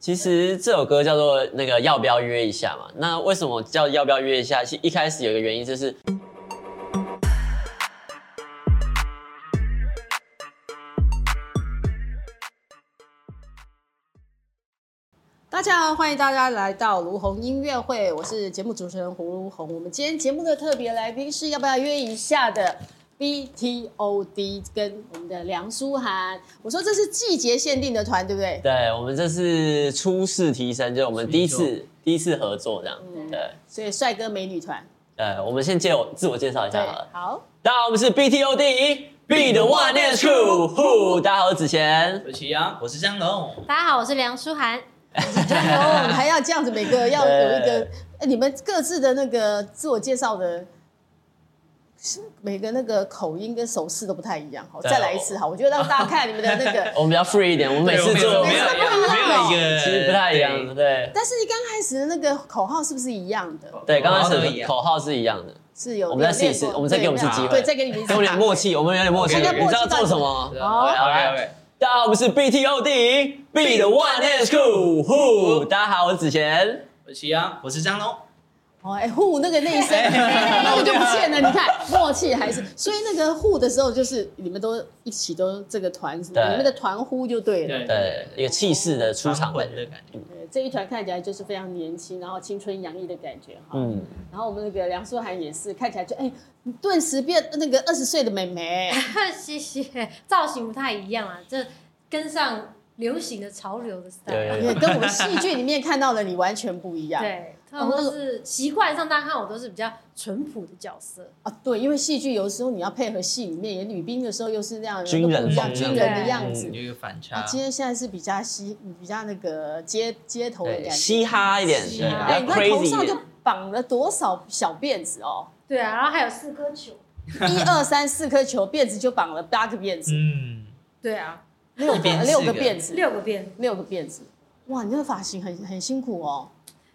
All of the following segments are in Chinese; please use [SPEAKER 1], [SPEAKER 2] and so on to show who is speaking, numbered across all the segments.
[SPEAKER 1] 其实这首歌叫做那个要不要约一下嘛？那为什么叫要不要约一下？其实一开始有一个原因就是，
[SPEAKER 2] 大家好，欢迎大家来到卢红音乐会，我是节目主持人胡卢红。我们今天节目的特别来宾是要不要约一下的 BTOD 跟我们的梁舒涵。我说这是季节限定的团，对不对？
[SPEAKER 1] 对我们这次初试提升，就是我们第一次第一次合作这样。对，
[SPEAKER 2] 所以帅哥美女团。
[SPEAKER 1] 呃，我们先介我自我介绍一下好了。
[SPEAKER 2] 好，
[SPEAKER 1] 大家好，我们是 BTOD B 的万念处。呼大家好，我是子贤。
[SPEAKER 3] 我是齐阳，啊我是江龙。
[SPEAKER 4] 大家好，我是梁舒涵。
[SPEAKER 2] 哦，还要这样子，每个要有一个
[SPEAKER 1] 对，
[SPEAKER 2] 哎，你们各自的那个自我介绍的。是每个那个口音跟手势都不太一样，好，
[SPEAKER 1] 对
[SPEAKER 2] 再来一次，好，我觉得让大家看你们的那 个
[SPEAKER 1] 我们比较 free 一点，我们每次做
[SPEAKER 3] 没
[SPEAKER 2] 每次都
[SPEAKER 3] 有
[SPEAKER 2] 不一样哦
[SPEAKER 3] 没有一个，
[SPEAKER 1] 其实不太一样。
[SPEAKER 3] 对。
[SPEAKER 1] 对
[SPEAKER 2] 但是你刚开始的那个口号是不是一样的？
[SPEAKER 1] 对，刚开
[SPEAKER 3] 口号都一
[SPEAKER 1] 始
[SPEAKER 3] 样
[SPEAKER 1] 口号是一样的，
[SPEAKER 2] 是有
[SPEAKER 1] 我们再
[SPEAKER 2] 有
[SPEAKER 1] 试一
[SPEAKER 2] 练
[SPEAKER 1] 次
[SPEAKER 2] 过
[SPEAKER 1] 我们再给我们一次
[SPEAKER 2] 对
[SPEAKER 1] 机会
[SPEAKER 2] 对，再给你们一次
[SPEAKER 1] 给我们点默契，我们有点默契，你
[SPEAKER 3] OK，OK，
[SPEAKER 1] 知道
[SPEAKER 2] 默契到底
[SPEAKER 1] 做什么？
[SPEAKER 2] 好
[SPEAKER 1] 对好来
[SPEAKER 3] OK，OK
[SPEAKER 1] 大家好，我们是 BTOD B 的 One Dance Crew。大家好，我是子贤。
[SPEAKER 3] 我是齐阳，啊我是江龙。
[SPEAKER 2] 哦，哎，呼那个 那一声，那个就不见了。你看默契还是，所以那个呼的时候，就是你们都一起都这个团，你
[SPEAKER 1] 对
[SPEAKER 2] 们的团呼就对了。
[SPEAKER 1] 对，呃一个气势的出场感
[SPEAKER 3] 魂的感觉。
[SPEAKER 2] 对这一团看起来就是非常年轻，然后青春洋溢的感觉哈。
[SPEAKER 1] 嗯，
[SPEAKER 2] 然后我们那个梁舒涵也是看起来就哎，顿时变那个二十岁的美眉。
[SPEAKER 4] 谢谢，造型不太一样啊，这跟上流行的潮流的
[SPEAKER 1] 对
[SPEAKER 4] style。
[SPEAKER 2] 因为跟我们戏剧里面看到的你完全不一样。
[SPEAKER 4] 对，他们都是习惯上，大家看我都是比较淳朴的角色。
[SPEAKER 2] 啊，对，因为戏剧有时候你要配合戏里面演女兵的时候，又是那样的
[SPEAKER 1] 军人
[SPEAKER 2] 都不一样
[SPEAKER 1] 风
[SPEAKER 2] 军
[SPEAKER 4] 这
[SPEAKER 2] 人
[SPEAKER 4] 样
[SPEAKER 2] 的样
[SPEAKER 4] 子
[SPEAKER 1] 嗯
[SPEAKER 2] 子。
[SPEAKER 3] 有一个反差
[SPEAKER 2] 啊，今天现在是比较西，比较那个街街头的感
[SPEAKER 1] 对，
[SPEAKER 2] 觉，
[SPEAKER 1] 嘻哈一点，对，比
[SPEAKER 3] 嘻哈
[SPEAKER 2] 哎，你
[SPEAKER 1] 较
[SPEAKER 2] 看头
[SPEAKER 1] crazy
[SPEAKER 2] 上
[SPEAKER 1] 一
[SPEAKER 2] 就
[SPEAKER 1] 点。
[SPEAKER 2] 绑了多少小辫子 哦，
[SPEAKER 4] 对啊，然后还有四颗球。
[SPEAKER 2] 一二三四颗球，辫子就绑了八个辫子，
[SPEAKER 3] 嗯，
[SPEAKER 4] 对啊，
[SPEAKER 2] 六
[SPEAKER 3] 边
[SPEAKER 2] 个
[SPEAKER 3] 四
[SPEAKER 2] 六个
[SPEAKER 3] 个
[SPEAKER 2] 辫子，
[SPEAKER 4] 六个辫，
[SPEAKER 2] 六个辫子，哇，你这个发型很很辛苦哦，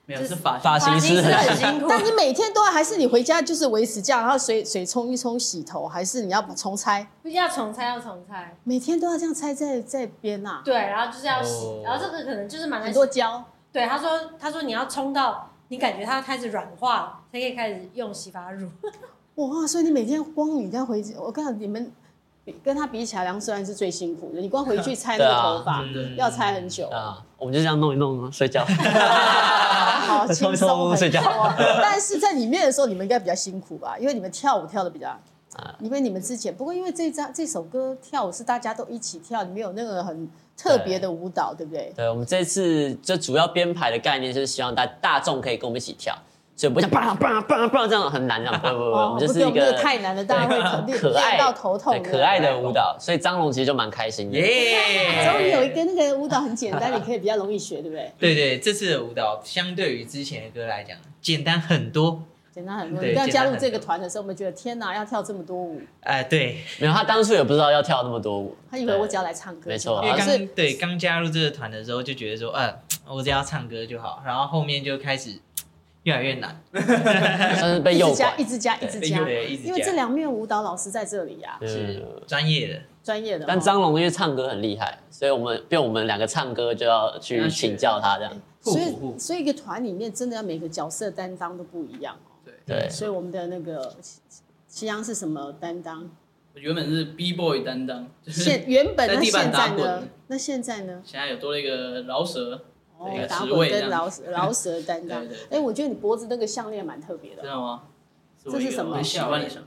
[SPEAKER 3] 没有是发
[SPEAKER 1] 发型
[SPEAKER 4] 发
[SPEAKER 1] 师
[SPEAKER 4] 型师很辛苦。
[SPEAKER 2] 但你每天都要还是你回家就是维持这样，然后水水冲一冲洗头，还是你要把重拆，
[SPEAKER 4] 毕竟要重拆，要重拆。
[SPEAKER 2] 每天都要这样拆在在边呐，
[SPEAKER 4] 对，然后就是要洗，
[SPEAKER 3] 哦
[SPEAKER 4] 然后这个可能就是蛮
[SPEAKER 2] 很
[SPEAKER 4] 难
[SPEAKER 2] 多胶，
[SPEAKER 4] 对，他说，他说你要冲到你感觉它开始软化了，才可以开始用洗发乳。
[SPEAKER 2] 哇，所以你每天光你要回，我跟你讲你们比跟他比起来，梁思然是最辛苦的，你光回 去拆那
[SPEAKER 1] 对
[SPEAKER 2] 个
[SPEAKER 1] 啊
[SPEAKER 2] 头发、
[SPEAKER 3] 真的
[SPEAKER 2] 要拆很久。
[SPEAKER 1] 啊，我们就这样弄一弄，啊睡觉。
[SPEAKER 2] 好轻松很
[SPEAKER 1] 睡 觉
[SPEAKER 2] 多啊。但是在里面的时候，你们应该比较辛苦吧？因为你们跳舞跳的比较，因为你们之前不过因为这张这首歌跳舞是大家都一起跳，你们有那个很特别的舞蹈，对不对？
[SPEAKER 1] 对，我们这次就主要编排的概念就是希望大大众可以跟我们一起跳，所以不 像叭叭叭叭这样很难这样，不不不，我们就是一
[SPEAKER 2] 哦不对那
[SPEAKER 1] 个
[SPEAKER 2] 个太难了，大家会肯定
[SPEAKER 1] 可爱
[SPEAKER 2] 练到头痛
[SPEAKER 1] 对
[SPEAKER 2] 的。
[SPEAKER 1] 可爱的舞蹈，所以张龙其实就蛮开心的。
[SPEAKER 3] 耶！
[SPEAKER 2] 终于有一个那个舞蹈很简单，你可以比较容易学，对不对？
[SPEAKER 3] 对对，这次的舞蹈相对于之前的歌来讲，简单很多。
[SPEAKER 2] 简单很多。
[SPEAKER 3] 对
[SPEAKER 2] 你要加入
[SPEAKER 3] 简单很多
[SPEAKER 2] 这个团的时候，我们觉得天哪，要跳这么多舞，
[SPEAKER 3] 哎，对，
[SPEAKER 1] 没有，他当初也不知道要跳那么多舞，
[SPEAKER 2] 他以为我只要来唱歌
[SPEAKER 1] 没
[SPEAKER 2] 就好，
[SPEAKER 1] 错
[SPEAKER 3] 因为
[SPEAKER 1] 啊
[SPEAKER 2] 所以
[SPEAKER 3] 刚对刚加入这个团的时候就觉得说，呃，我只要唱歌就好，然后后面就开始越来越难。
[SPEAKER 1] 算是被
[SPEAKER 2] 一
[SPEAKER 1] 诱
[SPEAKER 2] 直加，
[SPEAKER 1] 拐
[SPEAKER 2] 一。直加，一直
[SPEAKER 3] 对
[SPEAKER 2] 加，
[SPEAKER 3] 对一直加
[SPEAKER 2] 因为这两面舞蹈老师在这里呀，
[SPEAKER 3] 是
[SPEAKER 1] 嗯
[SPEAKER 3] 专业的，
[SPEAKER 2] 专业的哦。
[SPEAKER 1] 但张龙因为唱歌很厉害，所以我们变我们两个唱歌就要去
[SPEAKER 3] 要学
[SPEAKER 1] 请教他这样。
[SPEAKER 3] 互
[SPEAKER 2] 所
[SPEAKER 3] 补互
[SPEAKER 2] 以，
[SPEAKER 3] 补。
[SPEAKER 2] 所以一个团里面真的要每个角色担当都不一样哦。
[SPEAKER 5] 对，
[SPEAKER 1] 对，
[SPEAKER 2] 所以我们的那个西西洋是什么担当？
[SPEAKER 5] 我原本是 B boy 担当，就是
[SPEAKER 2] 现原本那
[SPEAKER 5] 在地板
[SPEAKER 2] 现在
[SPEAKER 5] 打
[SPEAKER 2] 呢
[SPEAKER 5] 滚？
[SPEAKER 2] 那现在呢？
[SPEAKER 5] 现在有多了一个饶舌，
[SPEAKER 2] 哦
[SPEAKER 5] 一个，
[SPEAKER 2] 打
[SPEAKER 5] 职
[SPEAKER 2] 滚
[SPEAKER 5] 位这
[SPEAKER 2] 跟
[SPEAKER 5] 样
[SPEAKER 2] 饶舌饶舌担当
[SPEAKER 5] 对对。啊
[SPEAKER 2] 哎，我觉得你脖子那个项链蛮特别
[SPEAKER 5] 知
[SPEAKER 2] 的哦。
[SPEAKER 5] 道吗？
[SPEAKER 2] 这是什么
[SPEAKER 5] 我很喜欢的项链，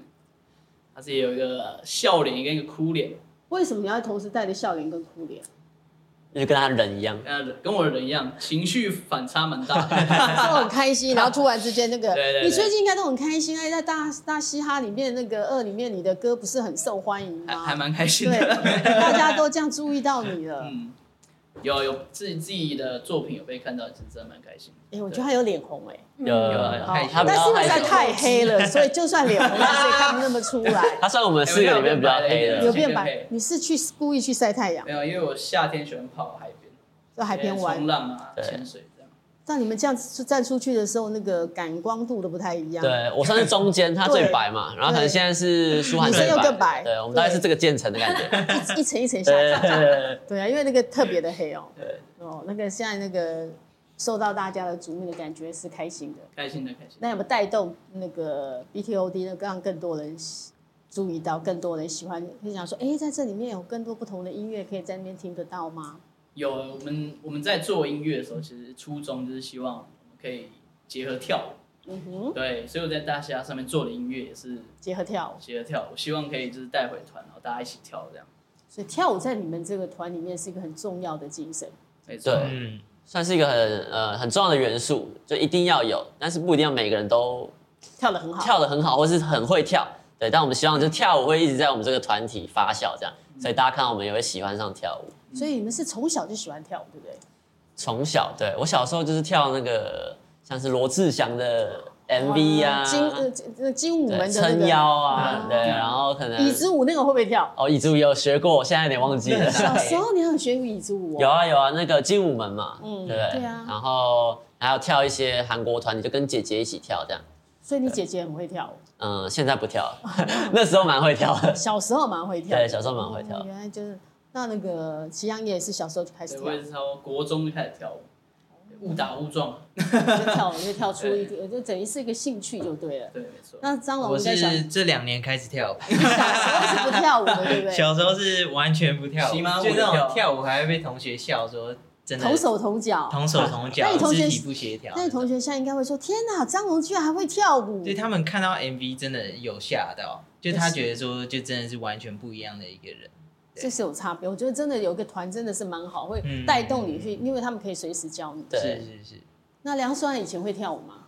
[SPEAKER 5] 它是有一个呃笑脸跟一个哭脸，
[SPEAKER 2] 为什么你要同时带着笑脸跟哭脸？
[SPEAKER 1] 就跟他人一样。
[SPEAKER 5] 呃，跟我的人一样，情绪反差蛮 大的。
[SPEAKER 2] 都很开 心，然后突然之间那个，
[SPEAKER 5] 对对对
[SPEAKER 2] 你最近应该都很开心哎，在大大嘻哈里面那个二里面，你的歌不是很受欢迎
[SPEAKER 5] 还
[SPEAKER 2] 吗？
[SPEAKER 5] 还蛮开心
[SPEAKER 2] 对
[SPEAKER 5] 的。，
[SPEAKER 2] 大家都这样注意到你了。
[SPEAKER 5] 嗯，有有自己自己的作品有被看到，其实真的蛮开心。
[SPEAKER 2] 哎、我觉得他有脸红哎、
[SPEAKER 1] 有啊
[SPEAKER 5] 有害羞
[SPEAKER 1] 他比
[SPEAKER 2] 但是
[SPEAKER 1] 较
[SPEAKER 2] 因
[SPEAKER 1] 害
[SPEAKER 2] 为实在
[SPEAKER 1] 羞。
[SPEAKER 2] 太黑了，所以就算脸 红，但是也看不那么出来。
[SPEAKER 1] 他算我们四个里面比较黑的
[SPEAKER 5] 哎我
[SPEAKER 2] 有
[SPEAKER 5] 有。
[SPEAKER 2] 变
[SPEAKER 5] 变
[SPEAKER 2] 白
[SPEAKER 5] 白，
[SPEAKER 2] 你是去故意去晒太阳，
[SPEAKER 5] 没有，因为我夏天喜欢跑海边，
[SPEAKER 2] 在海边
[SPEAKER 5] 冲
[SPEAKER 2] 玩。
[SPEAKER 5] 浪啊，
[SPEAKER 1] 对
[SPEAKER 5] 潜水这样。
[SPEAKER 2] 但你们这样子站出去的时候，那个感光度都不太一样。，
[SPEAKER 1] 对我算是中间，他最白嘛，然后可能现在是舒涵
[SPEAKER 2] 女生
[SPEAKER 1] 最
[SPEAKER 2] 又
[SPEAKER 1] 白，
[SPEAKER 2] 更白
[SPEAKER 1] 对我们大概是这个渐层的感觉。
[SPEAKER 2] 一一层一层下
[SPEAKER 1] 对
[SPEAKER 2] 降。对啊，因为那个特别的黑哦、
[SPEAKER 5] 对，
[SPEAKER 2] 哦、哦，那个现在那个受到大家的瞩目的感觉是开心的。
[SPEAKER 5] 开心的开心的。
[SPEAKER 2] 那有没有带动那个 BTOD 呢，让更多人喜注意到，更多人喜欢？你想说，哎、在这里面有更多不同的音乐可以在那边听得到吗？
[SPEAKER 5] 有我们我们在做音乐的时候，其实初衷就是希望我们可以结合跳舞。
[SPEAKER 2] 嗯哼，
[SPEAKER 5] 对，所以我在大虾上面做的音乐也是
[SPEAKER 2] 结合跳舞，
[SPEAKER 5] 结合跳舞，希望可以就是带回团，然后大家一起跳这样。
[SPEAKER 2] 所以跳舞在你们这个团里面是一个很重要的精神。
[SPEAKER 5] 没错，
[SPEAKER 1] 对
[SPEAKER 3] 嗯，
[SPEAKER 1] 算是一个很呃很重要的元素，就一定要有，但是不一定要每个人都
[SPEAKER 2] 跳得很好，
[SPEAKER 1] 跳得很好，或是很会跳。对，但我们希望就跳舞会一直在我们这个团体发酵，这样，所以大家看到我们也会喜欢上跳舞。
[SPEAKER 2] 所以你们是从小就喜欢跳舞，对不对？
[SPEAKER 1] 从小，对我小时候就是跳那个像是罗志祥的 MV 啊，
[SPEAKER 2] 金呃金呃金舞
[SPEAKER 1] 对，
[SPEAKER 2] 门的那
[SPEAKER 1] 撑
[SPEAKER 2] 个
[SPEAKER 1] 腰啊
[SPEAKER 2] 啊，
[SPEAKER 1] 对，然后可能
[SPEAKER 2] 椅子舞，那个会不会跳？
[SPEAKER 1] 哦，椅子舞有学过，我现在有点忘记了。
[SPEAKER 2] 小时候你很学椅子舞
[SPEAKER 1] 有
[SPEAKER 2] 哦，
[SPEAKER 1] 啊有啊，那个精武门嘛，嗯，
[SPEAKER 2] 嗯
[SPEAKER 1] 对不对？
[SPEAKER 2] 对啊
[SPEAKER 1] 然后还要跳一些韩国团，你就跟姐姐一起跳这样。
[SPEAKER 2] 所以你姐姐很会跳舞，
[SPEAKER 1] 嗯，现在不跳了， 那时候蛮会跳的。
[SPEAKER 2] 小时候蛮会跳。
[SPEAKER 1] 对，小时候蛮会跳
[SPEAKER 2] 哦
[SPEAKER 1] 的。
[SPEAKER 2] 原来就是那那个祁阳也是小时候就开始
[SPEAKER 5] 对，
[SPEAKER 2] 跳
[SPEAKER 5] 我，也是从国中就开始跳舞，误打误撞。
[SPEAKER 2] 就跳就跳出 一个，就等于是一个兴趣就对了。
[SPEAKER 5] 对，没错。
[SPEAKER 2] 那张龙
[SPEAKER 3] 我
[SPEAKER 2] 应该小
[SPEAKER 3] 是这两年开始跳舞，
[SPEAKER 2] 小时候是不跳舞的，对不对？
[SPEAKER 3] 小时候是完全不跳舞，
[SPEAKER 5] 骑马舞
[SPEAKER 3] 就那
[SPEAKER 5] 跳
[SPEAKER 3] 种跳舞还会被同学笑说真的
[SPEAKER 2] 同手同脚。
[SPEAKER 3] 同手同
[SPEAKER 2] 那
[SPEAKER 3] 脚
[SPEAKER 2] 你，同学
[SPEAKER 3] 肢体不协调。
[SPEAKER 2] 那你同学现在应该会说：“天哪，张龙居然还会跳舞
[SPEAKER 3] 对！”他们看到 MV 真的有吓到，就他觉得说就真的是完全不一样的一个人。
[SPEAKER 2] 这是有差别。我觉得真的有一个团真的是蛮好，会
[SPEAKER 3] 嗯
[SPEAKER 2] 带动你去，因为他们可以随时教你。
[SPEAKER 1] 对
[SPEAKER 3] 是是是，
[SPEAKER 2] 那梁酸以前会跳舞吗？
[SPEAKER 4] 嗯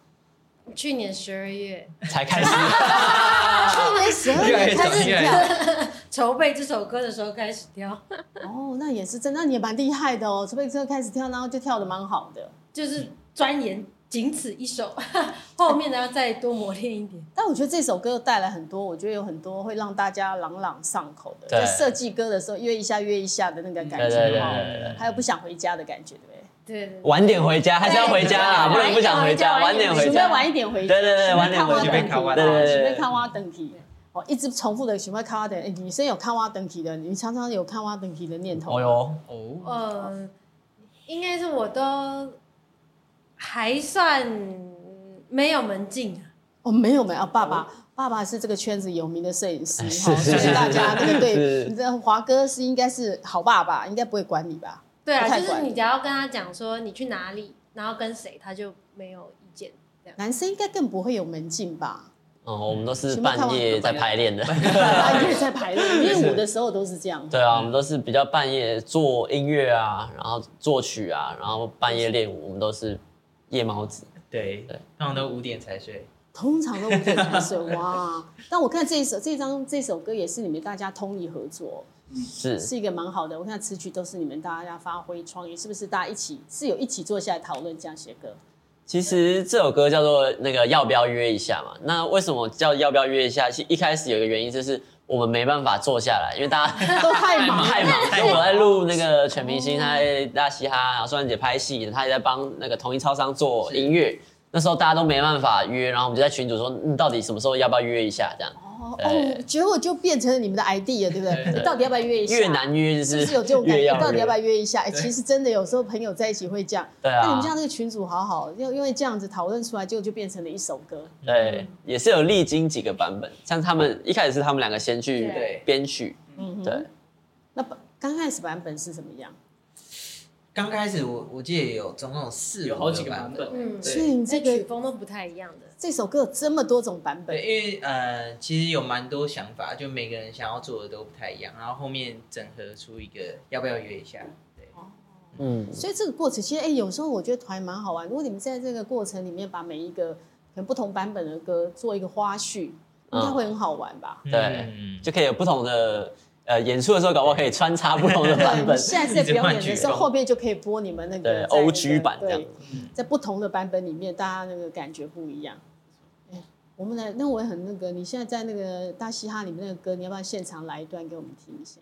[SPEAKER 4] 去年十二月
[SPEAKER 1] 才开始。
[SPEAKER 2] 去年十二
[SPEAKER 3] 越
[SPEAKER 2] 年
[SPEAKER 3] 来
[SPEAKER 2] 开
[SPEAKER 3] 越长
[SPEAKER 2] 始
[SPEAKER 3] 啊越来
[SPEAKER 2] 跳，
[SPEAKER 4] 筹备这首歌的时候开始跳，
[SPEAKER 2] 哦，那也是真，那你也蛮厉害的哦。从贝克开始跳，然后就跳的蛮好的。
[SPEAKER 4] 就是钻研仅此一首， 后面呢要再多磨练一点。
[SPEAKER 2] 但我觉得这首歌带来很多，我觉得有很多会让大家朗朗上口的，
[SPEAKER 1] 对
[SPEAKER 2] 在设计歌的时候约一下约一下的嗯那个感
[SPEAKER 1] 对对对
[SPEAKER 2] 觉
[SPEAKER 1] 对
[SPEAKER 2] 哈，
[SPEAKER 1] 对对。
[SPEAKER 2] 还有不想回家的感觉，对不对？
[SPEAKER 4] 对对对，
[SPEAKER 1] 晚点回家，还是要回家啦，不能不想回家，晚
[SPEAKER 4] 晚一
[SPEAKER 1] 点
[SPEAKER 4] 点
[SPEAKER 1] 回
[SPEAKER 4] 回
[SPEAKER 2] 准备
[SPEAKER 4] 家
[SPEAKER 1] 家。
[SPEAKER 2] 哎晚一点回去，
[SPEAKER 1] 对对对
[SPEAKER 2] 准备
[SPEAKER 1] 晚点
[SPEAKER 2] 看
[SPEAKER 1] 回
[SPEAKER 3] 去
[SPEAKER 2] 蛙
[SPEAKER 3] 准备看蛙
[SPEAKER 2] 等
[SPEAKER 3] 对
[SPEAKER 1] 对
[SPEAKER 2] 级
[SPEAKER 1] 对
[SPEAKER 2] 准
[SPEAKER 1] 对
[SPEAKER 2] 备看蛙等级。哦，一直重复的喜欢看蛙等级，哎女生有看蛙等级的，你常常有看蛙等级的念头。
[SPEAKER 1] 哦哟，
[SPEAKER 3] 哦，
[SPEAKER 4] 呃，应该是我都还算没有门禁啊。
[SPEAKER 2] 哦，没有没有，啊爸爸爸爸是这个圈子有名的摄影师，哈，
[SPEAKER 1] 是
[SPEAKER 2] 所以大家
[SPEAKER 1] 是
[SPEAKER 2] 那个 对，
[SPEAKER 1] 是
[SPEAKER 2] 你知道华哥是应该是好爸爸，应该不会管你吧？
[SPEAKER 4] 对啊，
[SPEAKER 2] 不太
[SPEAKER 4] 就是
[SPEAKER 2] 管
[SPEAKER 4] 你只要跟他讲说你去哪里，然后跟谁，他就没有意见。
[SPEAKER 2] 男生应该更不会有门禁吧？
[SPEAKER 1] 哦，我们都是半夜在排练 的。
[SPEAKER 2] 半夜在排练，练舞的时候都是这样。
[SPEAKER 1] 对啊，我们都是比较半夜做音乐啊，然后作曲啊，然后半夜练舞，我们都是夜猫子。
[SPEAKER 3] 对
[SPEAKER 1] 对，
[SPEAKER 3] 他们都五点才睡。
[SPEAKER 2] 通常都五点才睡哇！但我看这一首、这张、这首歌也是你们大家通力合作，
[SPEAKER 1] 是
[SPEAKER 2] 是一个蛮好的。我看词曲都是你们大家发挥创意，是不是？大家一起是有一起坐下来讨论这样写歌，
[SPEAKER 1] 其实这首歌叫做那个要不要约一下嘛？那为什么叫要不要约一下？其一开始有一个原因就是我们没办法坐下来，因为大家
[SPEAKER 2] 都太忙
[SPEAKER 1] 太
[SPEAKER 2] 了。
[SPEAKER 1] 忙。因为我在录那个全明星，他在大嘻哈，然后双人姐拍戏，他也在帮那个同一超商做音乐。那时候大家都没办法约，然后我们就在群主说，嗯，到底什么时候要不要约一下？这样
[SPEAKER 2] 哦哦，结果就变成了你们的 idea，对不对？你到底要不要约一下？
[SPEAKER 1] 越难约就是是
[SPEAKER 2] 不是有这种 感
[SPEAKER 1] 越
[SPEAKER 2] 觉？
[SPEAKER 1] 要
[SPEAKER 2] 到底要不
[SPEAKER 1] 约
[SPEAKER 2] 要约一下？哎，其实真的有时候朋友在一起会这样。
[SPEAKER 1] 对
[SPEAKER 2] 那你
[SPEAKER 1] 啊
[SPEAKER 2] 们这，样那个群主好好，因为因为这样子讨论出来，结果就变成了一首歌。
[SPEAKER 1] 对，也是有历经几个版本，像他们一开始是他们两个先去
[SPEAKER 3] 对
[SPEAKER 1] 编曲，
[SPEAKER 2] 嗯哼。
[SPEAKER 1] 对，
[SPEAKER 2] 那本刚开始版本是怎么样？
[SPEAKER 3] 刚开始我我记得有总共有四
[SPEAKER 5] 有
[SPEAKER 3] 五
[SPEAKER 5] 好几个
[SPEAKER 3] 版
[SPEAKER 5] 版本，
[SPEAKER 4] 嗯
[SPEAKER 2] 所
[SPEAKER 5] 对，
[SPEAKER 2] 以你
[SPEAKER 4] 这
[SPEAKER 2] 这
[SPEAKER 4] 曲
[SPEAKER 2] 个
[SPEAKER 4] 风都不太一样 的。
[SPEAKER 2] 这首歌有这么多种版本
[SPEAKER 3] 对，，因为呃，其实有蛮多想法，就每个人想要做的都不太一样，然后后面整合出一个要不要约一下？对，
[SPEAKER 1] 嗯，
[SPEAKER 2] 所以这个过程其实哎、有时候我觉得团蛮好玩。如果你们在这个过程里面把每一个可能不同版本的歌做一个花絮，应
[SPEAKER 1] 嗯
[SPEAKER 2] 该会很好玩吧？
[SPEAKER 1] 对
[SPEAKER 3] 嗯
[SPEAKER 1] 就可以有不同的呃演出的时候，搞不好可以穿插不同的版
[SPEAKER 2] 对，
[SPEAKER 1] 本。
[SPEAKER 2] 下次在表演的时
[SPEAKER 3] 一直换
[SPEAKER 2] 候，
[SPEAKER 3] 剧
[SPEAKER 2] 后面就可以播你们那个
[SPEAKER 1] 对
[SPEAKER 2] 在那个
[SPEAKER 1] OG 版这样
[SPEAKER 2] 对，在不同的版本里面，大家那个感觉不一样。哎我们来，那我也很那个，你现在在那个大嘻哈里面那个歌，你要不要现场来一段给我们听一下？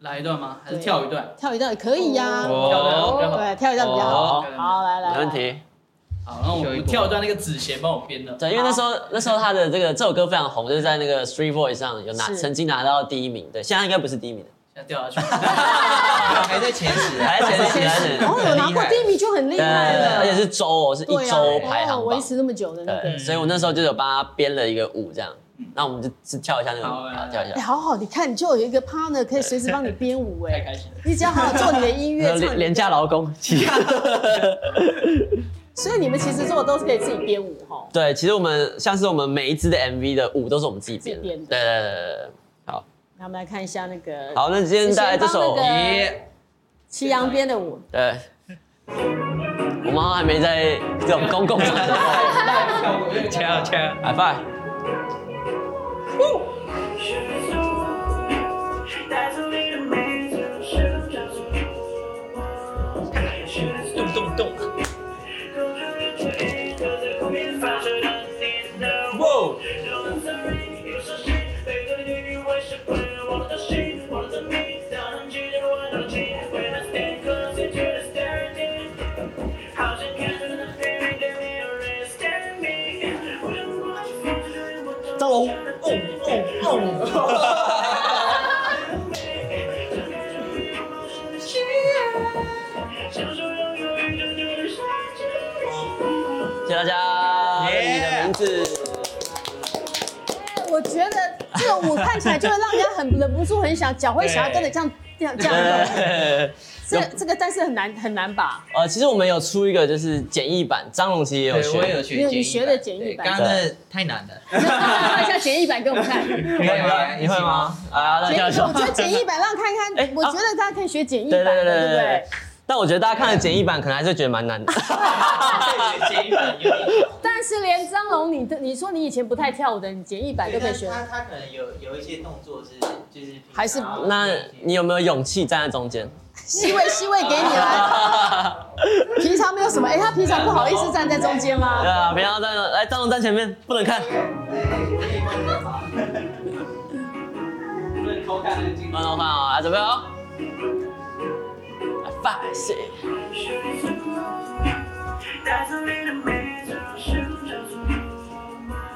[SPEAKER 5] 来一段吗？还是
[SPEAKER 2] 对
[SPEAKER 5] 跳一段？
[SPEAKER 2] 跳一段也可以呀、
[SPEAKER 3] 哦
[SPEAKER 5] 跳一段比较好。
[SPEAKER 2] 对，跳一段比较好。
[SPEAKER 1] 哦
[SPEAKER 2] 好，来来，
[SPEAKER 1] 没问
[SPEAKER 2] 来
[SPEAKER 1] 题。
[SPEAKER 5] 好，然后我
[SPEAKER 3] 跳一
[SPEAKER 5] 们
[SPEAKER 3] 波
[SPEAKER 5] 跳一段那个子贤帮我编的。
[SPEAKER 1] 对，因为那时候那时候他的这个这首歌非常红，就是在那个 Street Voice 上有拿
[SPEAKER 2] 是
[SPEAKER 1] 曾经拿到第一名。对，现在应该不是第一名的。
[SPEAKER 5] 要掉下去。
[SPEAKER 3] 还在前十啊，
[SPEAKER 1] 还在前十还在前十
[SPEAKER 2] 然后哦有拿过第 一名就很厉害了，
[SPEAKER 1] 而且是周哦，是
[SPEAKER 2] 对
[SPEAKER 1] 一
[SPEAKER 2] 啊
[SPEAKER 1] 周排
[SPEAKER 2] 哦
[SPEAKER 1] 行
[SPEAKER 2] 维
[SPEAKER 1] 榜。
[SPEAKER 2] 持那么久的那个
[SPEAKER 1] 对，。所以我那时候就有帮他编了一个舞，这样。那我们就是跳一下那个舞，
[SPEAKER 5] 好来
[SPEAKER 1] 好
[SPEAKER 5] 来
[SPEAKER 1] 跳一
[SPEAKER 2] 哎，
[SPEAKER 1] 下。
[SPEAKER 2] 好好，你看，你就有一个 partner 可以随时帮你编舞，
[SPEAKER 5] 太
[SPEAKER 2] 哎，
[SPEAKER 5] 开心了。
[SPEAKER 2] 你只要好好做你的 音乐，唱
[SPEAKER 1] 廉
[SPEAKER 2] 你的
[SPEAKER 1] 廉价劳 工，
[SPEAKER 2] 所以你们其实做的都是可以自己编舞哈。
[SPEAKER 1] 对，其实我们像是我们每一支的 MV 的舞都是我们自己编的。
[SPEAKER 2] 自
[SPEAKER 1] 对
[SPEAKER 2] 己编的
[SPEAKER 1] 对对对对。好，
[SPEAKER 2] 那我们来看一下那个
[SPEAKER 1] 好，那今天带来这
[SPEAKER 2] 之前
[SPEAKER 1] 首，
[SPEAKER 2] 帮那个
[SPEAKER 3] 耶！
[SPEAKER 2] 祁阳编的舞，
[SPEAKER 1] 对，我们好像还没在这种公共场合
[SPEAKER 3] 掐掐，
[SPEAKER 1] ，high five。
[SPEAKER 3] 动动动！哇！
[SPEAKER 2] 张
[SPEAKER 6] 哦
[SPEAKER 2] 龙，
[SPEAKER 1] 谢谢大家，
[SPEAKER 3] 耶
[SPEAKER 1] 你的名字。
[SPEAKER 2] 我觉得这个舞看起来就会让人家很忍不住很想脚会想要跟着这样这样这样动。
[SPEAKER 1] 对
[SPEAKER 2] 这这个但是很难很难吧？
[SPEAKER 1] 呃，其实我们有出一个就是简易版，张龙其实也有
[SPEAKER 3] 对，我也
[SPEAKER 1] 学
[SPEAKER 3] 有。
[SPEAKER 2] 你
[SPEAKER 3] 学
[SPEAKER 2] 有
[SPEAKER 3] 简
[SPEAKER 2] 你学的简易
[SPEAKER 3] 易版，
[SPEAKER 2] 版
[SPEAKER 3] 对刚刚那太难 了，
[SPEAKER 2] 放一下简易版给我们看。
[SPEAKER 1] 你会吗？你会吗？啊，大
[SPEAKER 2] 简
[SPEAKER 1] 家
[SPEAKER 2] 易
[SPEAKER 1] 说。
[SPEAKER 2] 我觉得简易版让看看，
[SPEAKER 1] 哎
[SPEAKER 2] 我觉得大家可以学简易版
[SPEAKER 1] 对
[SPEAKER 2] 的，
[SPEAKER 1] 对对
[SPEAKER 2] 对
[SPEAKER 1] 对
[SPEAKER 2] 不对
[SPEAKER 1] 对？。但我觉得大家看了简易版，可能还是觉得蛮难 的。
[SPEAKER 5] 接一本有一本
[SPEAKER 2] 但是连张龙，你的你说你以前不太跳舞的，你简易版都可以学。
[SPEAKER 3] 他他可能有有一些动作是就是平常
[SPEAKER 2] 还是
[SPEAKER 1] 那你有没有勇气站在中间？
[SPEAKER 2] 席位席位给你了，平常没有什么，哎，他平常不好意思站在中间
[SPEAKER 1] 对
[SPEAKER 2] 吗？
[SPEAKER 1] 啊，不要站了，来张龙站前面，不能看。
[SPEAKER 5] 不能偷看的镜
[SPEAKER 1] 慢慢看啊，来准备哦。来 Five, six。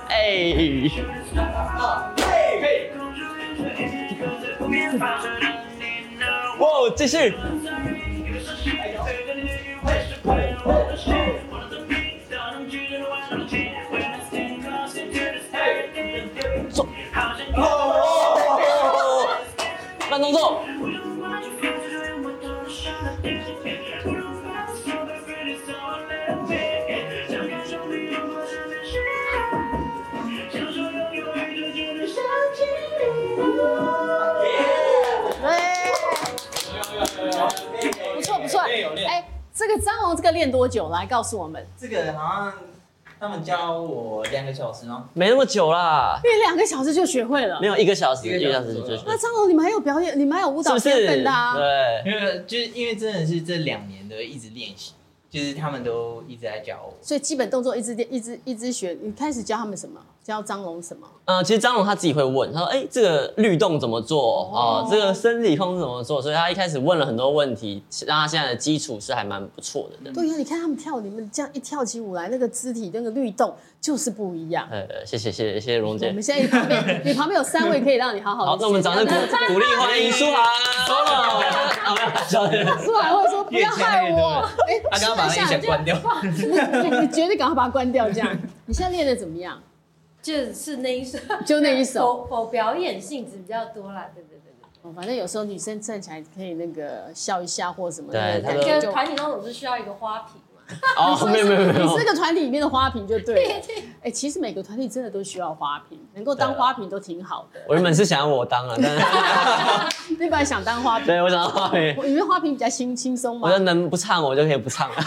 [SPEAKER 1] 哎，哇，哦继续。走。慢动作。
[SPEAKER 2] 对，不错不错。哎，这个张龙这个练多久？来告诉我们，
[SPEAKER 3] 这个好像他们教我两个小时吗？
[SPEAKER 1] 没那么久啦，
[SPEAKER 2] 因为两个小时就学会了
[SPEAKER 1] 没。有一个小时，
[SPEAKER 5] 一个
[SPEAKER 1] 一
[SPEAKER 5] 小时
[SPEAKER 1] 个小时就是，
[SPEAKER 2] 那张龙，你们还有表演，你们还有舞
[SPEAKER 1] 是
[SPEAKER 2] 蹈
[SPEAKER 1] 不
[SPEAKER 2] 天
[SPEAKER 1] 是？
[SPEAKER 2] 分的啊。
[SPEAKER 1] 对，
[SPEAKER 3] 因为就是因为真的是这两年都一直练习，就是他们都一直在教我。
[SPEAKER 2] 所以基本动作一直一直一直学。你开始教他们什么？教张龙什么？
[SPEAKER 1] 呃，其实张龙他自己会问，他说：“哎、这个律动怎么做？哦、这个生理控制怎么做？”所以他一开始问了很多问题，让他现在的基础是还蛮不错的。
[SPEAKER 2] 对呀、你看他们跳，你们这样一跳起舞来，那个肢体那个律动就是不一样。
[SPEAKER 1] 呃，谢谢谢谢谢谢荣
[SPEAKER 2] 我
[SPEAKER 1] 姐
[SPEAKER 2] 们。现在旁边，你旁边有三位可以让你好好的。
[SPEAKER 1] 好， 那我们掌声鼓鼓励欢迎舒 涵。好，没有小姐
[SPEAKER 2] 出来会说不要害我，哎，
[SPEAKER 3] 他啊刚刚把那音响关掉，
[SPEAKER 2] 你你绝对赶快把它关掉。这样，你现在练的怎么样？
[SPEAKER 4] 就是那一首，
[SPEAKER 2] 就那一首。
[SPEAKER 4] 否否表演性质比较多啦，对对对对
[SPEAKER 2] 哦反正有时候女生站起来可以那个笑一下或什么
[SPEAKER 1] 对
[SPEAKER 2] 的，
[SPEAKER 1] 她
[SPEAKER 2] 感
[SPEAKER 1] 都
[SPEAKER 2] 觉
[SPEAKER 4] 跟
[SPEAKER 2] 就。
[SPEAKER 4] 团体当中是需要一个花瓶嘛，
[SPEAKER 1] 哦，没有没有没有
[SPEAKER 2] 你
[SPEAKER 1] 没
[SPEAKER 2] 是
[SPEAKER 1] 有。
[SPEAKER 2] 个团体里面的花瓶就对了。哎，其实每个团体真的都需要花瓶，能够当花瓶都挺好的。
[SPEAKER 1] 我原本是想要我当啊，但是
[SPEAKER 2] 你本来想当花瓶，
[SPEAKER 1] 对我想要花瓶，
[SPEAKER 2] 我因为花瓶比较轻轻松嘛
[SPEAKER 1] 我。说能不唱我就可以不唱。
[SPEAKER 5] 因为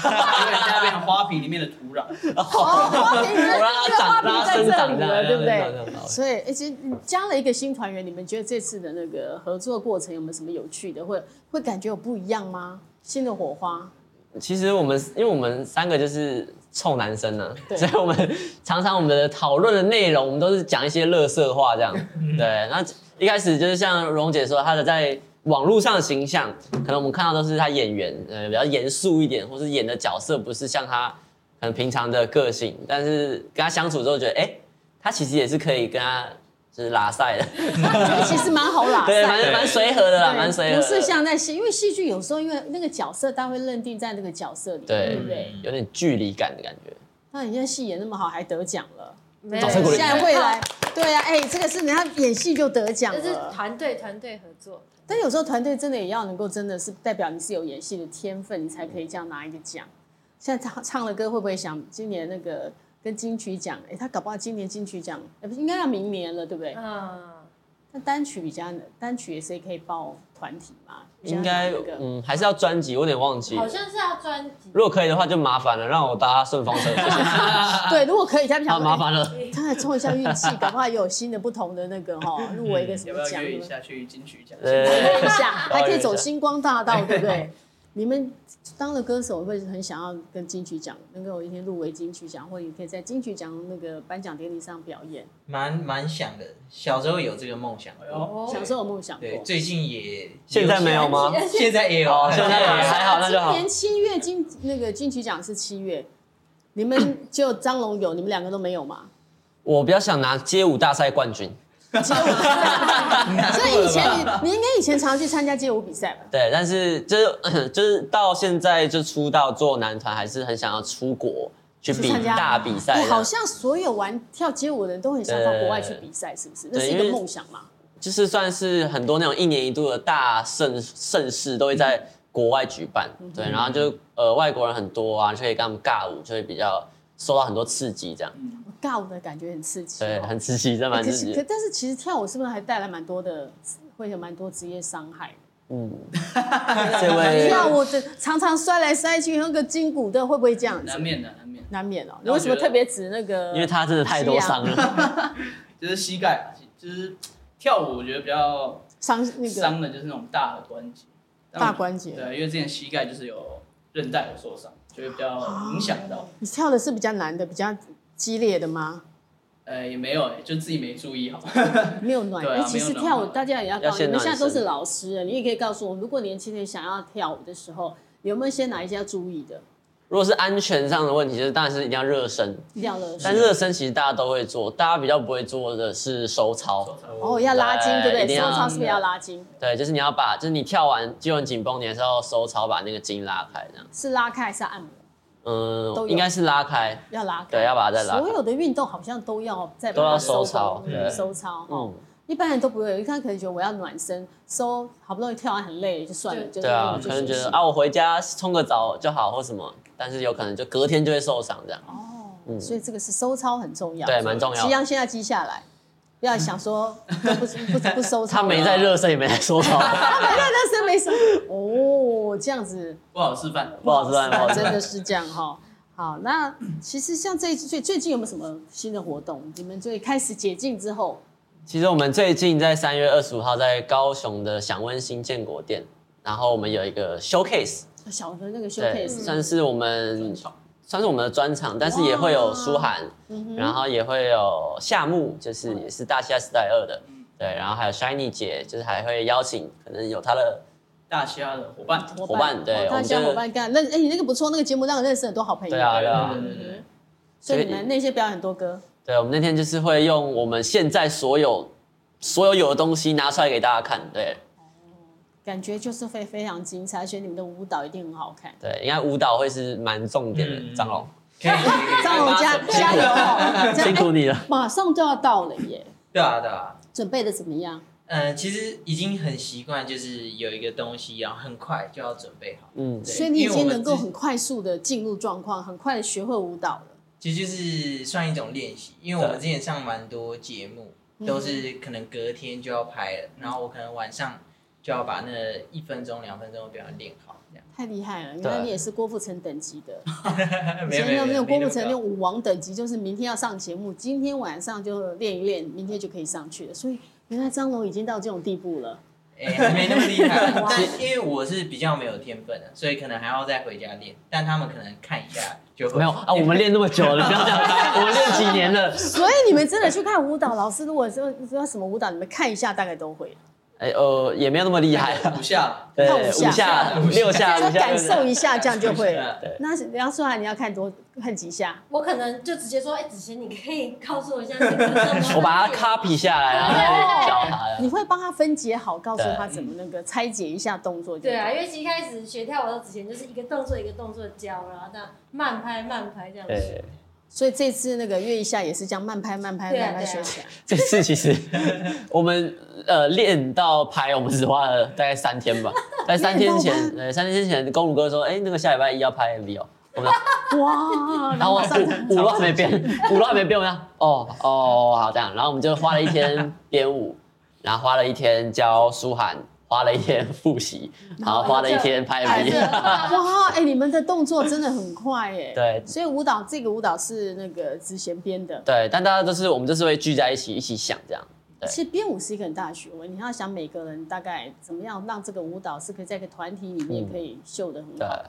[SPEAKER 5] 现在变成花瓶里面的土壤，
[SPEAKER 2] 哦，花瓶，
[SPEAKER 1] 我让它长，让它生长，这样
[SPEAKER 2] 对
[SPEAKER 1] 让
[SPEAKER 2] 不
[SPEAKER 1] 它生长
[SPEAKER 2] 对
[SPEAKER 1] 这？样
[SPEAKER 2] 所以，哎其实你加了一个新团员，你们觉得这次的那个合作过程有没有什么有趣的，会会感觉有不一样吗？新的火 花，
[SPEAKER 1] 其实我们因为我们三个就是臭男生呢、
[SPEAKER 2] 对
[SPEAKER 1] 所以我们常常我们的讨论的内容，我们都是讲一些乐色话这样。对，那一开始就是像蓉姐说，她的在网络上的形象，可能我们看到都是她演员，呃，比较严肃一点，或是演的角色不是像她可能平常的个性，但是跟她相处之后觉得，哎、她其实也是可以跟她就是拉塞的，
[SPEAKER 2] 其实蛮好拉
[SPEAKER 1] 对，
[SPEAKER 2] 塞
[SPEAKER 1] 蛮
[SPEAKER 2] 的。
[SPEAKER 1] 蛮随和的啦，
[SPEAKER 2] 对
[SPEAKER 1] 蛮随和的，
[SPEAKER 2] 啊不是像在戏，因为戏剧有时候因为那个角色，大家会认定在那个角色里，
[SPEAKER 1] 对
[SPEAKER 2] 对不对？
[SPEAKER 1] 有点距离感的感觉。
[SPEAKER 2] 那人家戏演那么好，还得奖了，
[SPEAKER 4] 没
[SPEAKER 1] 掌声鼓励
[SPEAKER 2] 现在未来，对啊，哎，这个是人家演戏就得奖
[SPEAKER 4] 这是
[SPEAKER 2] 了。
[SPEAKER 4] 团队团队合作。
[SPEAKER 2] 但有时候团队真的也要能够真的是代表你是有演戏的天分，你才可以这样拿一个奖。现在唱唱了歌会不会想今年那个跟金曲奖？哎，他搞不好今年金曲奖，哎，不是应该要明年了，对不对？
[SPEAKER 4] 嗯，
[SPEAKER 2] 那单曲比较难，单曲也是可以报团体嘛？比较
[SPEAKER 1] 应该
[SPEAKER 2] 难那个
[SPEAKER 1] 嗯，还是要专辑，我有点忘记。
[SPEAKER 4] 好像是要专辑。
[SPEAKER 1] 如果可以的话，就麻烦了，让我搭顺风 车，好
[SPEAKER 2] 对，如果可以，他比较
[SPEAKER 1] 麻烦了。
[SPEAKER 2] 他还冲一下运气，搞不好也有新的不同的那个哈、入围一个什
[SPEAKER 5] 要
[SPEAKER 2] 么
[SPEAKER 5] 不嗯要
[SPEAKER 2] 奖，
[SPEAKER 5] 约一
[SPEAKER 2] 对吧
[SPEAKER 5] 下去金曲奖？
[SPEAKER 1] 对，
[SPEAKER 2] 约一下，还可以走星光大
[SPEAKER 1] 哎
[SPEAKER 2] 道，对不对？你们当了歌手，会很想要跟金曲奖能够有一天入围金曲奖，或者也可以在金曲奖那个颁奖典礼上表演。
[SPEAKER 3] 蛮蛮想的，小时候有这个梦想
[SPEAKER 5] 哎呦，
[SPEAKER 3] 过，
[SPEAKER 1] 哦
[SPEAKER 2] 小时候有没有想过？
[SPEAKER 3] 对，最近也
[SPEAKER 1] 现在没有吗
[SPEAKER 3] 现在也有
[SPEAKER 1] 哦，现在也还好，那就
[SPEAKER 2] 今
[SPEAKER 1] 好。
[SPEAKER 2] 年七月金那个金曲奖是七月，你们就张龙有，你们两个都没有嘛？
[SPEAKER 1] 我比较想拿街舞大赛冠军，
[SPEAKER 2] 所以以前你你应该以前常去参加街舞比赛吧？
[SPEAKER 1] 对，但是就是 就是到现在就出道做男团，还是很想要出国去
[SPEAKER 2] 去
[SPEAKER 1] 比
[SPEAKER 2] 参加
[SPEAKER 1] 大比赛
[SPEAKER 2] 哎
[SPEAKER 1] 的。
[SPEAKER 2] 好像所有玩跳街舞的人都很想到国外去比赛，是不是？那是一个
[SPEAKER 1] 因为
[SPEAKER 2] 梦想嘛。
[SPEAKER 1] 就是算是很多那种一年一度的大盛盛事都会在国外举办，对，然后就呃外国人很多啊，就可以跟他们尬舞，就会比较受到很多刺激，这样，
[SPEAKER 2] 尬舞的感觉很刺激、哦，
[SPEAKER 1] 对，很刺激，真的蛮
[SPEAKER 2] 哎可
[SPEAKER 1] 刺
[SPEAKER 2] 是
[SPEAKER 1] 激
[SPEAKER 2] 可
[SPEAKER 1] 的。
[SPEAKER 2] 但是其实跳舞是不是还带来蛮多的，会有蛮多职业伤害？
[SPEAKER 1] 嗯，这位
[SPEAKER 2] 跳舞的常常摔来摔去，那个筋骨的会不会这样子
[SPEAKER 5] 难？免的，难免，
[SPEAKER 2] 难免哦。你
[SPEAKER 5] 那我
[SPEAKER 2] 为什么
[SPEAKER 5] 觉得
[SPEAKER 2] 特别指那个？
[SPEAKER 1] 因为他真的太多伤了，
[SPEAKER 5] 就是膝盖，就是跳舞，我觉得比较
[SPEAKER 2] 伤那个
[SPEAKER 5] 伤的就是那种大的关节，
[SPEAKER 2] 大关节。
[SPEAKER 5] 对，因为之前膝盖就是有韧带有受伤，就会比较影响到。
[SPEAKER 2] 你跳的是比较难的，比较激烈的吗？
[SPEAKER 5] 呃，也没有、欸，就自己没注意好。
[SPEAKER 2] 没有暖。
[SPEAKER 5] 对啊
[SPEAKER 2] 哎，其实
[SPEAKER 5] 没有暖
[SPEAKER 2] 跳舞大家也要告
[SPEAKER 1] 要
[SPEAKER 2] 诉
[SPEAKER 1] 先
[SPEAKER 2] 你们，现在
[SPEAKER 1] 暖
[SPEAKER 2] 都是
[SPEAKER 1] 身
[SPEAKER 2] 老师了，你也可以告诉我，如果年轻人想要跳舞的时候，有没有些哪一些要注意的？
[SPEAKER 1] 如果是安全上的问题，就是当然是一定要热身，
[SPEAKER 2] 一定要热身
[SPEAKER 1] 但热身其实大家都会做，大家比较不会做的是收操，
[SPEAKER 2] 哦，要拉筋，
[SPEAKER 1] 对
[SPEAKER 2] 对不对？
[SPEAKER 1] 一定
[SPEAKER 2] 收
[SPEAKER 1] 要嗯
[SPEAKER 2] 操是不是要拉筋？
[SPEAKER 1] 对，就是你要把，就是你跳完肌肉很紧绷，你还是要收操，把那个筋拉开，这样，
[SPEAKER 2] 是拉开还是按摩？都有
[SPEAKER 1] 嗯，应该是拉开，
[SPEAKER 2] 要拉开。
[SPEAKER 1] 对要把它再拉开
[SPEAKER 2] 所有的运动好像都要再
[SPEAKER 1] 都
[SPEAKER 2] 把它
[SPEAKER 1] 要收操，
[SPEAKER 2] 工
[SPEAKER 1] 对，
[SPEAKER 2] 收操哈。
[SPEAKER 1] 嗯。
[SPEAKER 2] 一般人都不会，一看可能觉得我要暖身，收好不容易跳完很累就算了，
[SPEAKER 4] 对
[SPEAKER 2] 就是
[SPEAKER 1] 对啊，
[SPEAKER 2] 就
[SPEAKER 1] 可能
[SPEAKER 2] 休
[SPEAKER 1] 觉
[SPEAKER 2] 息
[SPEAKER 1] 得啊，我回家冲个澡就好或什么，但是有可能就隔天就会受伤这样，
[SPEAKER 2] 哦，所以这个是收操很重要。
[SPEAKER 1] 对，蛮重
[SPEAKER 2] 吉
[SPEAKER 1] 要的。
[SPEAKER 2] 阳现在记下来，不要 想说都不不不不收操。
[SPEAKER 1] 他没在， 热身，也没在收操，
[SPEAKER 2] 他 没在热身，没什么。哦，这 样子
[SPEAKER 5] 不好示范。
[SPEAKER 1] 不好吃饭，不好吃
[SPEAKER 2] 真
[SPEAKER 1] 饭。
[SPEAKER 2] 的是这样哈。好，那其实像这最最近有没有什么新的活动？你们最开始解禁之后，
[SPEAKER 1] 其实我们最近在三月二十五号在高雄的享温新建国店，然后我们有一个 showcase，
[SPEAKER 2] 小的那个 s h o w c
[SPEAKER 1] 对，
[SPEAKER 2] a
[SPEAKER 1] 算是我们算是我们的专场，但是也会有舒涵，
[SPEAKER 2] 嗯
[SPEAKER 1] 然后也会有夏木，就是也是大西亚时代二的，
[SPEAKER 2] 嗯
[SPEAKER 1] 对，然后还有 Shiny 姐，就是还会邀请可能有她的
[SPEAKER 5] 大嘻哈的伙伴，
[SPEAKER 1] 伙伴，对，我
[SPEAKER 2] 大
[SPEAKER 1] 们
[SPEAKER 2] 家哦伙
[SPEAKER 1] 就
[SPEAKER 2] 伴干，那哎，你那个不错，那个节目让我认识很多好朋友。
[SPEAKER 1] 对啊
[SPEAKER 5] 对
[SPEAKER 1] 对啊
[SPEAKER 5] 对。对对对，
[SPEAKER 2] 嗯所以你们那些表演很多歌，
[SPEAKER 1] 对，我们那天就是会用我们现在所有所有有的东西拿出来给大家看，对
[SPEAKER 2] 感觉就是会非常精彩，而且你们的舞蹈一定很好看。
[SPEAKER 1] 对，应该舞蹈会是蛮重点的，
[SPEAKER 5] 嗯
[SPEAKER 1] 张龙
[SPEAKER 3] 可以可以
[SPEAKER 2] 张龙加加油哦！这
[SPEAKER 1] 辛
[SPEAKER 2] 样哎
[SPEAKER 1] 苦你了。
[SPEAKER 2] 马上就要到了耶，
[SPEAKER 3] 对啊对啊，
[SPEAKER 2] 准备的怎么样？
[SPEAKER 3] 嗯，其实已经很习惯，就是有一个东西，然后很快就要准备好。
[SPEAKER 1] 嗯，
[SPEAKER 3] 对
[SPEAKER 2] 所以你已
[SPEAKER 3] 因为
[SPEAKER 2] 经
[SPEAKER 3] 我们
[SPEAKER 2] 能够
[SPEAKER 3] 之
[SPEAKER 2] 很快速的进入状况，很快的学会舞蹈了。
[SPEAKER 3] 其实就是算一种练习，因为我们之前上蛮多节目，都是
[SPEAKER 2] 嗯
[SPEAKER 3] 可能隔天就要拍了，然后我可能晚上就要把那一分钟、两分钟的表演练好，这样。
[SPEAKER 2] 太厉害了！你
[SPEAKER 1] 对
[SPEAKER 2] 看你也是郭富城等级的， 以前那种郭富城那
[SPEAKER 3] 没有没有没那么高
[SPEAKER 2] 种舞王等级，就是明天要上节目，今天晚上就练一练，明天就可以上去了。所以原来张龙已经到这种地步了。
[SPEAKER 3] 哎、还没那么 厉害。但因为我是比较没有天分的，所以可能还要再回家练。但他们可能看一下就会
[SPEAKER 1] 没有啊，我们练那么久了，不要这样，我们练几年了。
[SPEAKER 2] 所以你们真的去看舞蹈老师，如果说说什么舞蹈，你们看一下大概都会。
[SPEAKER 1] 哎呃也没有那么厉害，
[SPEAKER 5] 五下，
[SPEAKER 1] 对
[SPEAKER 2] 看五
[SPEAKER 1] 五
[SPEAKER 2] 下
[SPEAKER 1] 下六下
[SPEAKER 2] 就是
[SPEAKER 1] 五下，
[SPEAKER 2] 感受一下，这样就会了。
[SPEAKER 5] 了。
[SPEAKER 1] 对
[SPEAKER 2] 那梁素涵，你要看多看几下？
[SPEAKER 4] 我可能就直接说，哎，子贤，你可以告诉我一下这个怎么 弄
[SPEAKER 1] 我把它 copy 下来，然后教他。
[SPEAKER 2] 你会帮他分解好，告诉
[SPEAKER 1] 对
[SPEAKER 2] 他怎么那个拆解一下动作就
[SPEAKER 4] 对
[SPEAKER 2] 对
[SPEAKER 4] 啊，
[SPEAKER 2] 了。
[SPEAKER 4] 因为一开始学跳舞的之前就是一个动作一个动作教，然后这样慢拍慢拍这样子。
[SPEAKER 1] 对，
[SPEAKER 2] 所以这次那个月一下也是这样慢拍、慢拍、
[SPEAKER 4] 对啊
[SPEAKER 2] 慢拍
[SPEAKER 4] 对啊
[SPEAKER 2] 学起来。
[SPEAKER 1] 这次其实我们呃练到拍，我们只花了大概三天 吧。在三天前，呃，三天前，公主哥说：“哎，那个下礼拜一要拍 MV 哦。”我们
[SPEAKER 2] 哇！
[SPEAKER 1] 然后
[SPEAKER 2] 马
[SPEAKER 1] 我
[SPEAKER 2] 上
[SPEAKER 1] 舞舞都还没变， 舞都还没变，我们要哦哦好这样，然后我们就花了一天编舞，然后花了一天教舒涵，花了一天复 习，然后花了一天拍
[SPEAKER 4] 拍
[SPEAKER 2] 哦
[SPEAKER 1] MV。
[SPEAKER 4] 摄
[SPEAKER 2] 哇！哎、你们的动作真的很快耶。
[SPEAKER 1] 对
[SPEAKER 2] 所以舞蹈这个舞蹈是那个子贤编的。
[SPEAKER 1] 对，但大家都是我们就是会聚在一起一起想这样。对
[SPEAKER 2] 其实编舞是一个很大的学问，你要想每个人大概怎么样让这个舞蹈是可以在一个团体里面
[SPEAKER 1] 嗯
[SPEAKER 2] 可以秀的很
[SPEAKER 1] 对啊
[SPEAKER 2] 好。，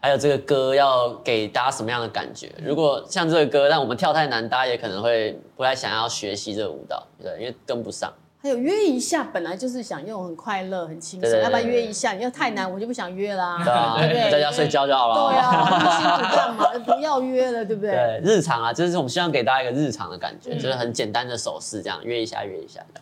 [SPEAKER 1] 还有这个歌要给大家什么样的感觉？如果像这个歌，让我们跳太难，大家也可能会不太想要学习这个舞蹈，对，因为跟不上。
[SPEAKER 2] 还有约一下，本来就是想用很快乐、很轻
[SPEAKER 1] 对
[SPEAKER 2] 松，
[SPEAKER 1] 对对嗯
[SPEAKER 2] 要不然约一下，你要太难，我就不想约啦。
[SPEAKER 1] 对啊，
[SPEAKER 5] 对
[SPEAKER 1] 大家睡觉就好了。
[SPEAKER 2] 对啊，那么辛苦干嘛？不要约了，对不对？
[SPEAKER 1] 对，日常啊，就是我们希望给大家一个日常的感
[SPEAKER 2] 嗯
[SPEAKER 1] 觉，就是很简单的手势，这样约一下约一下的。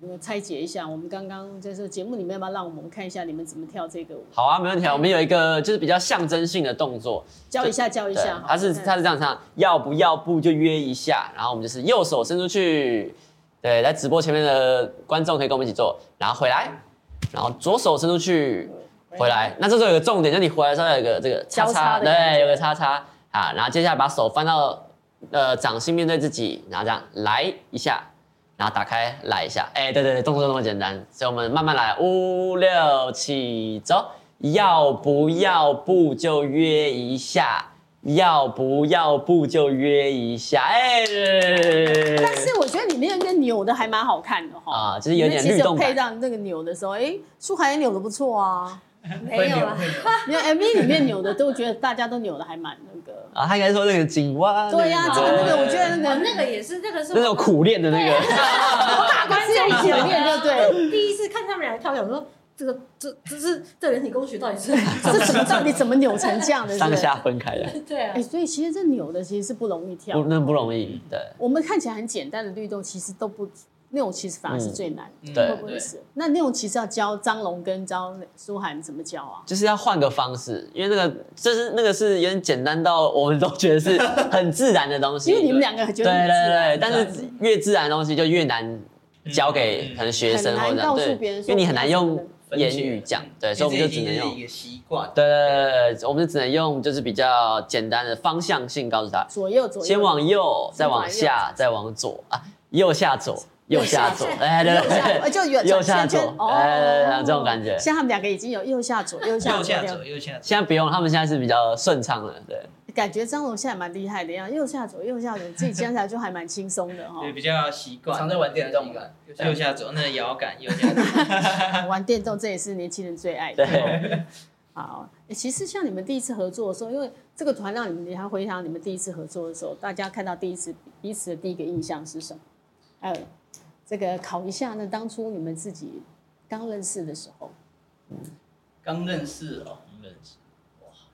[SPEAKER 2] 你们拆解一下，我们刚刚在这节目里面，要不要让我们看一下你们怎么跳这个舞？
[SPEAKER 1] 好啊，没问题啊。我们有一个就是比较象征性的动作，
[SPEAKER 2] 教一下，教一
[SPEAKER 1] 对
[SPEAKER 2] 下。，
[SPEAKER 1] 它是
[SPEAKER 2] 好
[SPEAKER 1] 它是这样唱，要不要不就约一下，然后我们就是右手伸出去，对，在直播前面的观众可以跟我们一起做，然后回来，然后左手伸出去，回来。那这时候有个重点，就你回来的时候要有一个这个叉叉，
[SPEAKER 2] 交叉的感觉
[SPEAKER 1] 对，有个叉叉啊，然后接下来把手翻到呃掌心面对自己，然后这样来一下。然后打开来一下，哎，对对对，动作就那么简单，所以我们慢慢来，五六七走，要不要不就约一下，要不要不就约一下，哎，
[SPEAKER 2] 但是我觉得里面那个扭的还蛮好看的哈，
[SPEAKER 1] 啊就是有点
[SPEAKER 2] 你们其实
[SPEAKER 1] 律动感
[SPEAKER 2] 配上那个扭的时候，哎，舒涵也扭的不错啊。
[SPEAKER 4] 没有啦，
[SPEAKER 2] 你看 MV 里面扭的，都觉得大家都扭的还蛮那个。
[SPEAKER 1] 啊，他应该说那个紧弯，
[SPEAKER 2] 对呀、
[SPEAKER 1] 那
[SPEAKER 2] 这
[SPEAKER 1] 个
[SPEAKER 2] 个
[SPEAKER 1] 哪
[SPEAKER 2] 那个，我觉得那
[SPEAKER 4] 哦
[SPEAKER 2] 个
[SPEAKER 4] 那个也是，那个是
[SPEAKER 1] 那种苦练的那个，
[SPEAKER 2] 大关键
[SPEAKER 4] 啊
[SPEAKER 2] 一起练，对不对？
[SPEAKER 4] 第一次看他们俩跳，想说这个这这是这人体工学到底是
[SPEAKER 2] 这怎么到底怎么扭成这样的？是不
[SPEAKER 1] 上
[SPEAKER 2] 是
[SPEAKER 1] 下分开的，
[SPEAKER 4] 对啊
[SPEAKER 2] 哎，，所以其实这扭的其实是不容易跳
[SPEAKER 1] 不，。那不容易，对
[SPEAKER 2] 我们看起来很简单的律动，其实都不那种，其实反而是最难。
[SPEAKER 5] 嗯
[SPEAKER 1] 对
[SPEAKER 2] 会不会是？那那种其实要教张龙跟张舒涵怎么教啊？
[SPEAKER 1] 就是要换个方式，因为那个就是那个是有点简单到我们都觉得是很自然的东西，
[SPEAKER 2] 因为你们两个觉
[SPEAKER 1] 对
[SPEAKER 2] 得
[SPEAKER 1] 对
[SPEAKER 2] 很自
[SPEAKER 1] 对，
[SPEAKER 2] 然
[SPEAKER 1] 但是越自然的东西就越难教
[SPEAKER 3] 嗯
[SPEAKER 1] 给可能学生或
[SPEAKER 2] 很难
[SPEAKER 1] 者
[SPEAKER 2] 告诉
[SPEAKER 1] 对，
[SPEAKER 2] 别人
[SPEAKER 1] 因为
[SPEAKER 2] 说
[SPEAKER 1] 你很难用
[SPEAKER 5] 分
[SPEAKER 1] 言
[SPEAKER 5] 解
[SPEAKER 1] 语讲，对，
[SPEAKER 3] 因
[SPEAKER 1] 所以我们
[SPEAKER 3] 为
[SPEAKER 1] 就
[SPEAKER 3] 这
[SPEAKER 1] 只
[SPEAKER 3] 已
[SPEAKER 1] 能
[SPEAKER 3] 经是
[SPEAKER 1] 用
[SPEAKER 3] 一。个习惯。
[SPEAKER 1] 对对对对，我们就只能用就是比较简单的方向性告诉他，
[SPEAKER 2] 左右左右，
[SPEAKER 1] 先往右，再往
[SPEAKER 2] 先往
[SPEAKER 1] 下，再往左啊，右下左，右下左，哎对
[SPEAKER 2] 右下
[SPEAKER 1] 对
[SPEAKER 2] 左，
[SPEAKER 1] 对，
[SPEAKER 2] 就有
[SPEAKER 1] 右下左
[SPEAKER 2] 圈圈，
[SPEAKER 1] 哎对对对
[SPEAKER 2] 哦
[SPEAKER 1] 这种感觉。
[SPEAKER 2] 像他们两个已经有右 下左、右下
[SPEAKER 3] 右
[SPEAKER 2] 左
[SPEAKER 3] 下
[SPEAKER 2] 这样
[SPEAKER 3] 左，，右下左，
[SPEAKER 1] 现在不用，他们现在是比较顺畅了，对。
[SPEAKER 2] 感觉张龙现在蛮厉害的样，右下左、右下左，自己讲起来就还蛮 轻松的哈
[SPEAKER 3] 对，。比较习惯。
[SPEAKER 5] 常在玩电动
[SPEAKER 3] 比较习
[SPEAKER 5] 的，
[SPEAKER 3] 惯右下左，那个摇杆右 下左。
[SPEAKER 2] 玩电动这也是年轻人最爱的。
[SPEAKER 1] 对，
[SPEAKER 2] 好，欸其实像你们第一次合作的时候，因为这个团让你们，你还回想你们第一次合作的时候，大家看到第一次彼此的第一个印象是什么？还有这个考一下，那当初你们自己刚认识的时 候，
[SPEAKER 5] 刚认识
[SPEAKER 1] 嗯
[SPEAKER 5] 哦。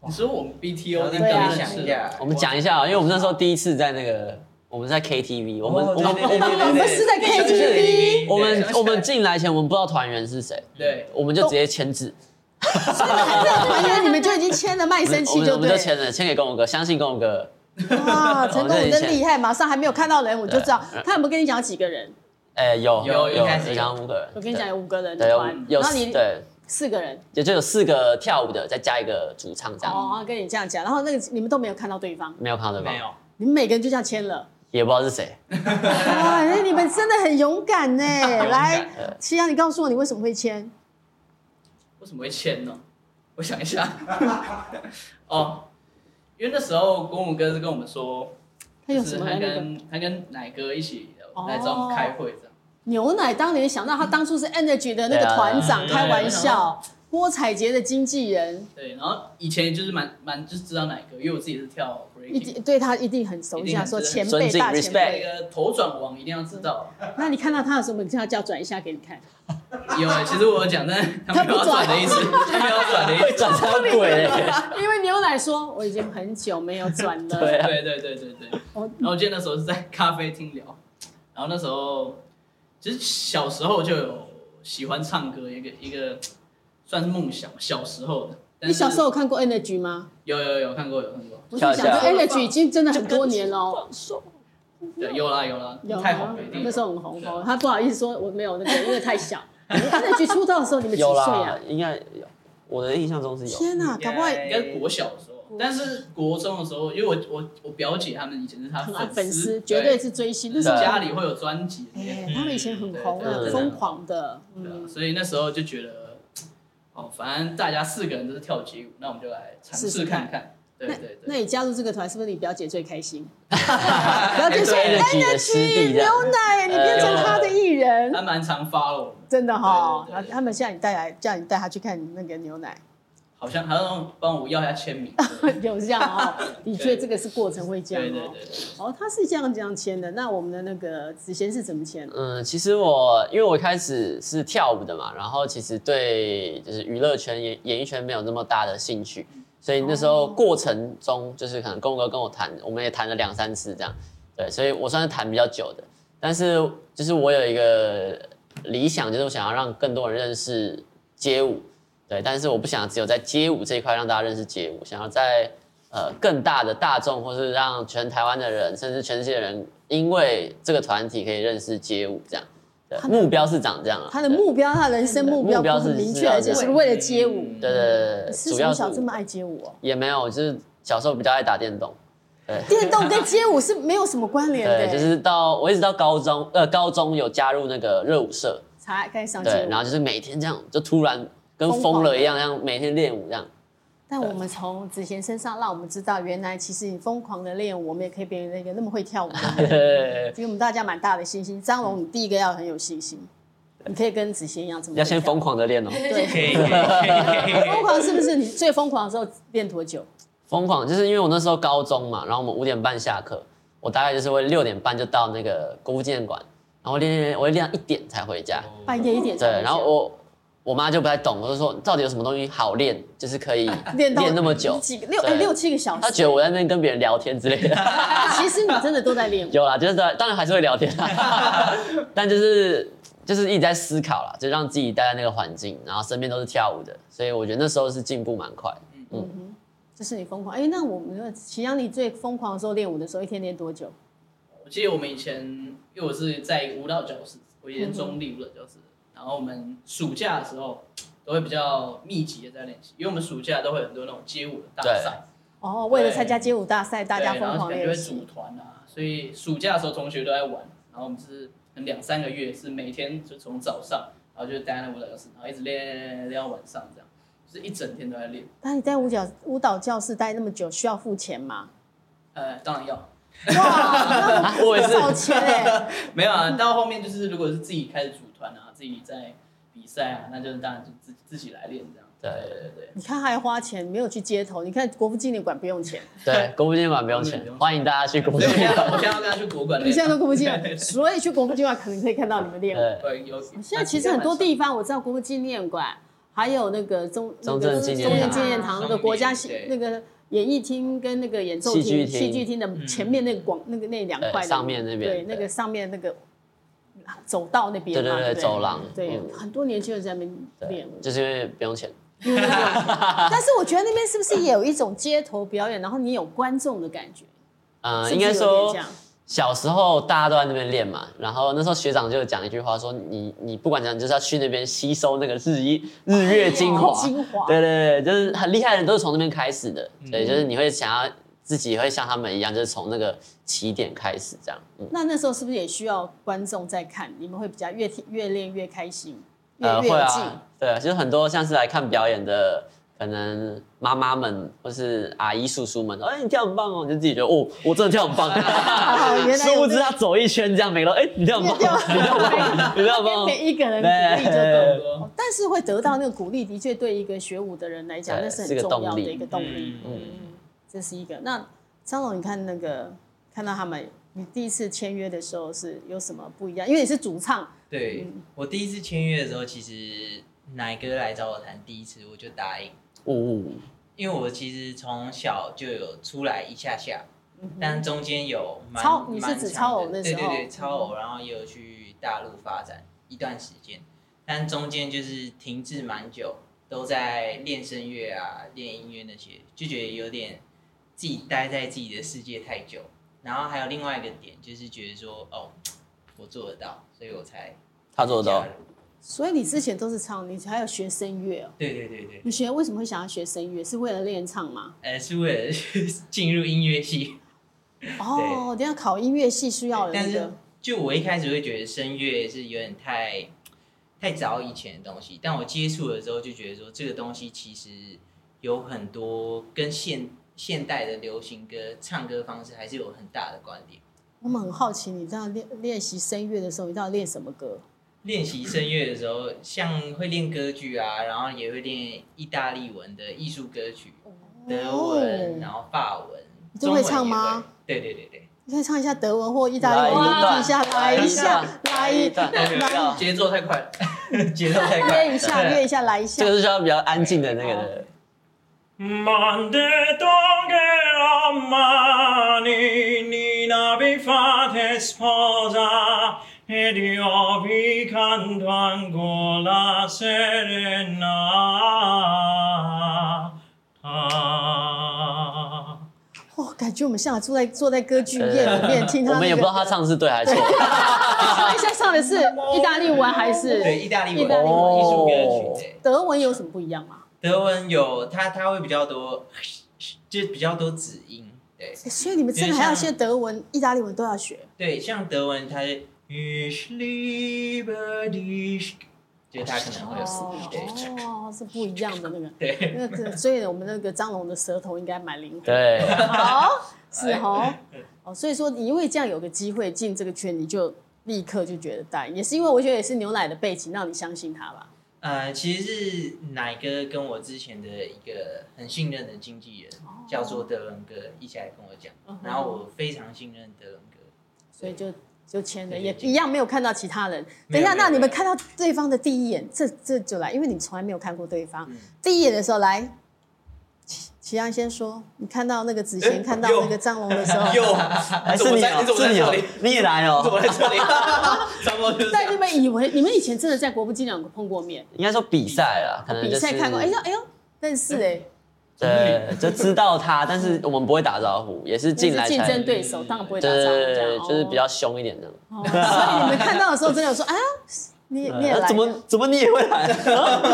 [SPEAKER 5] 你说我们 BTO
[SPEAKER 3] 对
[SPEAKER 5] 那
[SPEAKER 2] 啊
[SPEAKER 5] 刚认识
[SPEAKER 3] 想一下
[SPEAKER 5] 的，
[SPEAKER 1] 我们讲一下啊，因为我们那时候第一次在那个，我们在 KTV，我们我们
[SPEAKER 3] 哦对对对对
[SPEAKER 2] 我们是在 KTV
[SPEAKER 1] 我
[SPEAKER 5] 对
[SPEAKER 1] 们
[SPEAKER 5] 想起来
[SPEAKER 1] 我们进来前我们不知道团员是谁，
[SPEAKER 5] 对
[SPEAKER 1] 我们就直接签字，
[SPEAKER 2] 所以还没有团员，你们就已经签了卖身
[SPEAKER 1] 我
[SPEAKER 2] 契，
[SPEAKER 1] 们
[SPEAKER 2] 就
[SPEAKER 1] 我们就
[SPEAKER 2] 对
[SPEAKER 1] 签了，签给跟我哥，相信跟我哥，
[SPEAKER 2] 哇，成功你真厉害！马上还没有看到人，我就知道
[SPEAKER 1] 对
[SPEAKER 2] 他有没有跟你讲几个人。
[SPEAKER 1] 哎有
[SPEAKER 5] 有
[SPEAKER 1] 有
[SPEAKER 5] 一开
[SPEAKER 1] 有
[SPEAKER 5] 始
[SPEAKER 1] 讲五个人，
[SPEAKER 2] 我跟你讲，有五个人
[SPEAKER 1] 对，对
[SPEAKER 2] 的团，
[SPEAKER 1] 有
[SPEAKER 2] 然后
[SPEAKER 1] 有
[SPEAKER 2] 你
[SPEAKER 1] 对，
[SPEAKER 2] 四个人，
[SPEAKER 1] 也就有四个跳舞的，再加一个主唱这样，
[SPEAKER 2] 哦，然后跟你这样讲，然后那个你们都没有看到对方，
[SPEAKER 1] 没有看到对
[SPEAKER 3] 没
[SPEAKER 1] 方，
[SPEAKER 3] 有，
[SPEAKER 2] 你们每个人就这样签了。
[SPEAKER 1] 也不知道是谁，
[SPEAKER 2] 哇，那你们真的很勇 敢呢！
[SPEAKER 5] 敢
[SPEAKER 2] 来，齐阳，你告诉我你为什么会签？
[SPEAKER 5] 为什么会签呢？我想一下，哦，因为那时候公母哥是跟我们说，
[SPEAKER 2] 他有
[SPEAKER 5] 就
[SPEAKER 2] 什
[SPEAKER 5] 是
[SPEAKER 2] 么
[SPEAKER 5] 他
[SPEAKER 2] 那个
[SPEAKER 5] 跟他跟奶哥一起
[SPEAKER 2] 哦
[SPEAKER 5] 来找我们开会这样。
[SPEAKER 2] 牛奶？当年想到他当初是 Energy 的那个
[SPEAKER 1] 对啊
[SPEAKER 2] 团长，
[SPEAKER 5] 对啊
[SPEAKER 2] 开玩笑，郭采洁的经纪人，
[SPEAKER 5] 对，然后以前就是蛮蛮就是知道哪一个，因为我自己是跳
[SPEAKER 2] 一
[SPEAKER 5] breaking，
[SPEAKER 2] 定对他一定很熟，
[SPEAKER 5] 一
[SPEAKER 2] 一
[SPEAKER 5] 定
[SPEAKER 2] 下
[SPEAKER 5] 很
[SPEAKER 2] 说
[SPEAKER 5] 知道
[SPEAKER 2] 前
[SPEAKER 1] 尊
[SPEAKER 2] 辈
[SPEAKER 1] 敬
[SPEAKER 2] 大前
[SPEAKER 5] 那
[SPEAKER 2] 辈。
[SPEAKER 5] 个头转王一定要知道。
[SPEAKER 2] 那你看到他的时候，我们就要叫转一下给你看。
[SPEAKER 5] 有，欸其实我有讲，但他没有要
[SPEAKER 2] 嗯他不转
[SPEAKER 5] 转的意思， 他没有要转的意
[SPEAKER 1] 会
[SPEAKER 5] 思。
[SPEAKER 1] 转成鬼嘞、
[SPEAKER 2] 因为牛奶说我已经很久没有转了。
[SPEAKER 1] 对啊，
[SPEAKER 5] 对对对对对。
[SPEAKER 2] 哦
[SPEAKER 5] 然后我记得那时候是在咖啡厅聊，然后那时候其实小时候就有喜欢唱歌，一个一个算是梦想，小时候的。但
[SPEAKER 2] 你
[SPEAKER 5] 是
[SPEAKER 2] 小时候有看过 Energy 吗？
[SPEAKER 5] 有有有看过有看过，
[SPEAKER 2] 我是
[SPEAKER 1] 跳
[SPEAKER 2] 想
[SPEAKER 1] 一下
[SPEAKER 2] 说 Energy 已经真的很多年了哦，
[SPEAKER 5] 对有啦有啦，
[SPEAKER 2] 有
[SPEAKER 5] 太
[SPEAKER 2] 吗
[SPEAKER 5] 红了一定有
[SPEAKER 2] 那时候很红
[SPEAKER 5] 对啊
[SPEAKER 2] 哦。他不好意思说我没有那个，因为太小。Energy 出道的时候你们几
[SPEAKER 1] 有
[SPEAKER 2] 岁
[SPEAKER 1] 啦
[SPEAKER 2] 啊？，
[SPEAKER 1] 应该有。我的印象中是有。
[SPEAKER 2] 天哪，搞不好
[SPEAKER 5] 应该是国小的时候，但是国中的时候，因为我我我表姐他们以前是她
[SPEAKER 2] 很爱
[SPEAKER 5] 粉
[SPEAKER 2] 粉丝，
[SPEAKER 5] 丝，
[SPEAKER 2] 绝对是追星。那时候
[SPEAKER 1] 对
[SPEAKER 5] 家里会有专辑这些，
[SPEAKER 2] 哎，他们以前很红
[SPEAKER 5] 对
[SPEAKER 1] 对
[SPEAKER 2] 啊，
[SPEAKER 1] 对
[SPEAKER 2] 疯狂的。
[SPEAKER 5] 对啊
[SPEAKER 2] 嗯，
[SPEAKER 5] 所以那时候就觉得，哦，反正大家四个人都是跳街舞，那我们就来尝
[SPEAKER 2] 试试
[SPEAKER 5] 试看看。对
[SPEAKER 2] 那
[SPEAKER 5] 对
[SPEAKER 2] 那
[SPEAKER 5] 对，
[SPEAKER 2] 你加入这个团，是不是你表姐最开心？
[SPEAKER 5] 表
[SPEAKER 2] 姐说
[SPEAKER 1] 对，Energy 的师弟这样。
[SPEAKER 2] 牛奶，你变成他的艺人，
[SPEAKER 5] 他蛮常发了我们，
[SPEAKER 2] 真的哈。
[SPEAKER 5] 对对对
[SPEAKER 2] 然后他们叫你带来，叫你带他去看那个牛奶。
[SPEAKER 5] 好像还要帮我要一下签名。
[SPEAKER 2] 有这 样哦，的确
[SPEAKER 5] 对
[SPEAKER 2] 这个是过程会这样
[SPEAKER 5] 对对对
[SPEAKER 2] 哦。
[SPEAKER 5] 对对，
[SPEAKER 2] 哦，他是这样这样签的，那我们的那个子贤是怎么签？
[SPEAKER 1] 嗯，其实我因为我一开始是跳舞的嘛，然后其实对就是娱乐圈、演演艺圈没有那么大的兴趣，所以那时候过程中就是可能公哥跟我谈，我们也谈了两三次这样，对，所以我算是谈比较久的。但是就是我有一个理想，就是我想要让更多人认识街舞，对，但是我不想只有在街舞这一块让大家认识街舞，想要在呃更大的大众，或是让全台湾的人，甚至全世界的人，因为这个团体可以认识街舞，这样，对，目标是长这样啊。
[SPEAKER 2] 他的
[SPEAKER 1] 对
[SPEAKER 2] 目标，他人生目标
[SPEAKER 1] 目标
[SPEAKER 2] 不很
[SPEAKER 1] 是
[SPEAKER 2] 明
[SPEAKER 1] 是啊嗯
[SPEAKER 2] 确，
[SPEAKER 1] 要
[SPEAKER 2] 而且
[SPEAKER 1] 这
[SPEAKER 2] 是
[SPEAKER 1] 样
[SPEAKER 2] 为了街舞。
[SPEAKER 1] 对对对
[SPEAKER 2] 是
[SPEAKER 1] 对，主要是
[SPEAKER 2] 从小这么爱街舞哦？
[SPEAKER 1] 也没有，就是小时候比较爱打电动，对。
[SPEAKER 2] 电动 跟街舞是没有什么关联的，
[SPEAKER 1] 对，就是到我一直到高中，呃，高中有加入那个热舞社，
[SPEAKER 2] 才该上街
[SPEAKER 1] 对，
[SPEAKER 2] 舞
[SPEAKER 1] 然。后就是每天这样，就突然跟
[SPEAKER 2] 疯狂
[SPEAKER 1] 嗯疯了
[SPEAKER 2] 的
[SPEAKER 1] 一样，这样每天练舞这 样。
[SPEAKER 2] 但我们从子贤身上，让我们知道，原来其实你疯狂的练舞，我们也可以变成一个那么会跳舞的 人。
[SPEAKER 1] 对，
[SPEAKER 2] 给我们大家蛮大的信心。张龙，你第一个要很有信心，你可以跟子贤一样这么会
[SPEAKER 1] 要先
[SPEAKER 2] 跳
[SPEAKER 1] 疯狂的 练哦。
[SPEAKER 2] 对。
[SPEAKER 3] 可以可以可以可以
[SPEAKER 2] 疯狂是不是你最疯狂的时候练多久？
[SPEAKER 1] 疯狂，就是因为我那时候高中嘛，然后我们五点半下课，我大概就是会六点半就到那个国父纪念馆，然后练练练，我会练到一点才回家。
[SPEAKER 2] 半夜一点才
[SPEAKER 1] 对
[SPEAKER 2] 回家。，
[SPEAKER 1] 然后我我妈就不太懂，我就说到底有什么东西好练，就是可 以练
[SPEAKER 2] 练到
[SPEAKER 1] 那么久。
[SPEAKER 2] 几个六哎
[SPEAKER 1] 对
[SPEAKER 2] 六七个小
[SPEAKER 1] 她
[SPEAKER 2] 时。
[SPEAKER 1] 觉得我在那边跟别人聊天之类的，
[SPEAKER 2] 其实你真的都在练舞。
[SPEAKER 1] 有啦，就是在当然还是会聊天啦，但就是就是一直在思考啦，就让自己待在那个环境，然后身边都是跳舞的，所以我觉得那时候是进步蛮快的。
[SPEAKER 2] 这是你疯狂哎，那我们的齐阳，你最疯狂的时候练舞的时候，一天练多久？
[SPEAKER 5] 我记得我们以前，因为我是在舞蹈教室，我以前中立舞蹈教室，然后我们暑假的时候都会比较密集的在练习，因为我们暑假都会有很多那种街舞的大赛，
[SPEAKER 2] 哦，为了参加街舞大赛，大家
[SPEAKER 5] 对然
[SPEAKER 2] 疯
[SPEAKER 5] 后
[SPEAKER 2] 狂
[SPEAKER 5] 可能就
[SPEAKER 2] 练
[SPEAKER 5] 会组
[SPEAKER 2] 习。
[SPEAKER 5] 团啊，所以暑假的时候同学都在玩，然后我们是可能两三个月是每天就从早上，然后就待在那舞蹈教室，然后一直练练练练练到晚上这样，就是一整天都在练。
[SPEAKER 2] 但你在舞蹈舞蹈教室待那么久，需要付钱吗？
[SPEAKER 5] 呃，当然要，
[SPEAKER 2] 哇，那
[SPEAKER 1] 我也是
[SPEAKER 2] 多少钱 哎？
[SPEAKER 5] 没有啊。到后面就是如果是自己开始组团啊，自己在比赛啊，那就是当然就自自己来练这样。
[SPEAKER 1] 对
[SPEAKER 5] 对对对。
[SPEAKER 2] 你看还花钱，没有去街头。你看国父纪念馆不用钱，
[SPEAKER 1] 对，国父纪念馆不用钱
[SPEAKER 5] 不用，钱
[SPEAKER 1] 欢迎大家去国父
[SPEAKER 5] 所以
[SPEAKER 1] 纪
[SPEAKER 5] 我
[SPEAKER 1] 念
[SPEAKER 5] 现在
[SPEAKER 1] 馆。
[SPEAKER 5] 我现在要跟他去博物馆
[SPEAKER 2] 你
[SPEAKER 5] 练。
[SPEAKER 2] 现在都国父纪念 馆，所以去国父纪念馆可能可以看到你们练舞。
[SPEAKER 1] 对。
[SPEAKER 5] 对有。
[SPEAKER 2] 现在其实很多地方，我知道国父纪念馆，还有那个中那
[SPEAKER 1] 中
[SPEAKER 2] 个
[SPEAKER 1] 正纪念
[SPEAKER 2] 中
[SPEAKER 1] 堂
[SPEAKER 2] 正纪念堂那个国家戏
[SPEAKER 5] 中立对
[SPEAKER 2] 那个演艺厅跟那个演奏
[SPEAKER 1] 戏剧
[SPEAKER 2] 厅、
[SPEAKER 1] 厅
[SPEAKER 2] 戏剧厅的前面那个广那个那两块
[SPEAKER 1] 对上面那边
[SPEAKER 2] 对
[SPEAKER 1] 对
[SPEAKER 2] 那个上面那个走道那边
[SPEAKER 1] 对对
[SPEAKER 2] 嘛
[SPEAKER 1] 对
[SPEAKER 2] 对不
[SPEAKER 1] 走廊
[SPEAKER 2] 对
[SPEAKER 1] 嗯
[SPEAKER 2] 很多年轻人在那边
[SPEAKER 1] 对啊
[SPEAKER 2] 练舞，，
[SPEAKER 1] 就是因为不用钱。
[SPEAKER 2] 因为那个但是我觉得那边是不是也有一种街头表演，然后你有观众的感觉？
[SPEAKER 1] 呃，
[SPEAKER 2] 是
[SPEAKER 1] 应
[SPEAKER 2] 不是
[SPEAKER 1] 该
[SPEAKER 2] 有点
[SPEAKER 1] 说
[SPEAKER 2] 这样
[SPEAKER 1] 小时候大家都在那边练嘛，然后那时候学长就有讲一句话说，你你不管怎样，就是要去那边吸收那个日一日月精华。
[SPEAKER 2] 哦精华
[SPEAKER 1] 对对对，就是很厉害的人都是从那边开始的，
[SPEAKER 2] 嗯
[SPEAKER 1] 对，就是你会想要自己会像他们一样，就是从那个起点开始这样。嗯，
[SPEAKER 2] 那那时候是不是也需要观众在看？你们会比较越听越练越开心，越
[SPEAKER 1] 呃，
[SPEAKER 2] 越
[SPEAKER 1] 会
[SPEAKER 2] 近。
[SPEAKER 1] 啊啊，对，就是很多像是来看表演的。可能妈妈们或是阿姨叔叔们，哎，你跳很棒哦，你就自己觉得哦，我真的跳很 棒。
[SPEAKER 2] 哦原来有
[SPEAKER 1] 殊不知他走一圈这样，每个人都哎，你跳很棒， 你跳很棒，你跳很棒。哦
[SPEAKER 2] 每一个人鼓励就够了。
[SPEAKER 1] 对
[SPEAKER 2] 哦但是会得到那个鼓励，的确对一个学舞的人来讲，
[SPEAKER 1] 对
[SPEAKER 2] 那是
[SPEAKER 1] 是
[SPEAKER 2] 很
[SPEAKER 1] 个
[SPEAKER 2] 重
[SPEAKER 1] 动
[SPEAKER 2] 要的
[SPEAKER 1] 力
[SPEAKER 2] 一个动力。
[SPEAKER 1] 嗯，
[SPEAKER 2] 这是一个。那张总，你看那个看到他们，你第一次签约的时候是有什么不一样？因为你是主唱，
[SPEAKER 3] 对
[SPEAKER 2] 嗯
[SPEAKER 3] 我第一次签约的时候，其实奶哥来找我谈第一次，我就答应，
[SPEAKER 1] 哦，
[SPEAKER 3] 因为我其实从小就有出来一下下，但中间有
[SPEAKER 2] 嗯
[SPEAKER 3] 蛮
[SPEAKER 2] 超你是
[SPEAKER 3] 蛮
[SPEAKER 2] 指
[SPEAKER 3] 长
[SPEAKER 2] 超偶
[SPEAKER 3] 的
[SPEAKER 2] 那时候嗯
[SPEAKER 3] 对对对，超偶，然后也有去大陆发展一段时间，但中间就是停滞蛮久，都在练声乐啊、练音乐那些，就觉得有点自己待在自己的世界太久。然后还有另外一个点，就是觉得说哦，我做得到，所以我才
[SPEAKER 1] 他做得
[SPEAKER 3] 加
[SPEAKER 1] 到
[SPEAKER 3] 入。。
[SPEAKER 2] 所以你之前都是唱，你还有学声乐哦。
[SPEAKER 3] 对对对对，
[SPEAKER 2] 你学为什么会想要学声乐？是为了练唱吗？
[SPEAKER 3] 呃，是为了 进入音乐系。
[SPEAKER 2] 哦，等一下考音乐系需要有
[SPEAKER 3] 但
[SPEAKER 2] 那
[SPEAKER 3] 是
[SPEAKER 2] 个，
[SPEAKER 3] 就我一开始会觉得声乐是有点太太早以前的东西，但我接触了之后就觉得说，这个东西其实有很多跟现现代的流行歌唱歌方式还是有很大的关联。
[SPEAKER 2] 我们很好奇，你这样练练习声乐的时候，你到底练什么歌？
[SPEAKER 3] 练习声乐的时候，像会练歌剧啊，然后也会练意大利文的艺术歌曲、德文，然后法文，
[SPEAKER 2] 哦你都
[SPEAKER 3] 中
[SPEAKER 2] 会
[SPEAKER 3] 文
[SPEAKER 2] 唱
[SPEAKER 3] 也
[SPEAKER 2] 吗
[SPEAKER 3] 会？对对对对，
[SPEAKER 2] 你可以唱一下德文或意大利文，
[SPEAKER 1] 来一段
[SPEAKER 2] 一下，来一下，来
[SPEAKER 1] 来
[SPEAKER 2] 一
[SPEAKER 1] 一段来一段
[SPEAKER 5] 节奏太快了，
[SPEAKER 3] 节奏太快
[SPEAKER 2] 约
[SPEAKER 3] 了。
[SPEAKER 2] 一下，约一下，来一下
[SPEAKER 1] 这。个是需要比较安静的那个的。
[SPEAKER 6] Mande toghe la mani, Nina vi fate sposa, ed io vi canto ancora serena. Ah.
[SPEAKER 2] 哦，感觉我们像坐在坐在歌剧院里面听他、
[SPEAKER 1] 呃
[SPEAKER 2] 那
[SPEAKER 1] 我
[SPEAKER 2] 个
[SPEAKER 1] 们也不知道他唱的是对还是错。
[SPEAKER 2] 所以现在上的是意大利文还是
[SPEAKER 3] 对，意大利文
[SPEAKER 2] 意大利文
[SPEAKER 3] 艺术歌
[SPEAKER 1] 哦
[SPEAKER 3] 曲。对
[SPEAKER 2] 德文有什么不一样吗？
[SPEAKER 3] 德文有它，它会比较多，就比较多子音。对
[SPEAKER 2] 欸所以你们真的还要现在德文、意大利文都要学。
[SPEAKER 3] 对，像德文它是 Ich liebe dich，就是它可能会有子音。对
[SPEAKER 2] 哦，是不一样的那个。
[SPEAKER 3] 对
[SPEAKER 2] 那个，所以我们那个张龙的舌头应该蛮灵活。
[SPEAKER 1] 对，
[SPEAKER 2] 好，是哦。哦，所以说你因为这样有个机会进这个圈，你就立刻就觉得答应，也是因为我觉得也是牛奶的背景让你相信他吧。
[SPEAKER 3] 呃，其实是奶哥跟我之前的一个很信任的经纪人，叫做德文哥，一起来跟我讲
[SPEAKER 2] 嗯，哼
[SPEAKER 3] 然后我非常信任德文哥。
[SPEAKER 2] 所以就就签了，
[SPEAKER 3] 对
[SPEAKER 2] 也
[SPEAKER 3] 对
[SPEAKER 2] 一样没有看到其他人。等
[SPEAKER 3] 没有
[SPEAKER 2] 一下，
[SPEAKER 3] 没有
[SPEAKER 2] 那你
[SPEAKER 3] 没
[SPEAKER 2] 们
[SPEAKER 3] 有
[SPEAKER 2] 看到对方的第一眼，这这就来，因为你们从来没有看过对方。
[SPEAKER 3] 嗯
[SPEAKER 2] 第一眼的时候来，齐齐安先说，你看到那个子贤，
[SPEAKER 5] 哎
[SPEAKER 2] 看到
[SPEAKER 5] 哟
[SPEAKER 2] 那个张龙的时候，
[SPEAKER 5] 又
[SPEAKER 1] 哎，是你哦，是你哦，你也来
[SPEAKER 5] 怎么
[SPEAKER 1] 哦。
[SPEAKER 5] 在这里？差不多就是这
[SPEAKER 2] 但
[SPEAKER 5] 样
[SPEAKER 2] 你们以为你们以前真的在国不机两个碰过面，
[SPEAKER 1] 应该说比赛啦，可能
[SPEAKER 2] 比
[SPEAKER 1] 就是
[SPEAKER 2] 赛看过，哎呦哎呦，认识哎，
[SPEAKER 1] 对，就知道他，但是我们不会打招呼，也是进
[SPEAKER 2] 那
[SPEAKER 1] 来
[SPEAKER 2] 嗯是
[SPEAKER 1] 才
[SPEAKER 2] 竞争对手，当然不会打
[SPEAKER 1] 对
[SPEAKER 2] 招呼，
[SPEAKER 1] 对对
[SPEAKER 2] 这
[SPEAKER 1] 对，
[SPEAKER 2] 样
[SPEAKER 1] 就是比。较凶一点这样。
[SPEAKER 2] 哦哦所以你们看到的时候，真的有说啊，你也你也
[SPEAKER 1] 呃
[SPEAKER 2] 来，啊
[SPEAKER 1] 怎么怎么你也会来？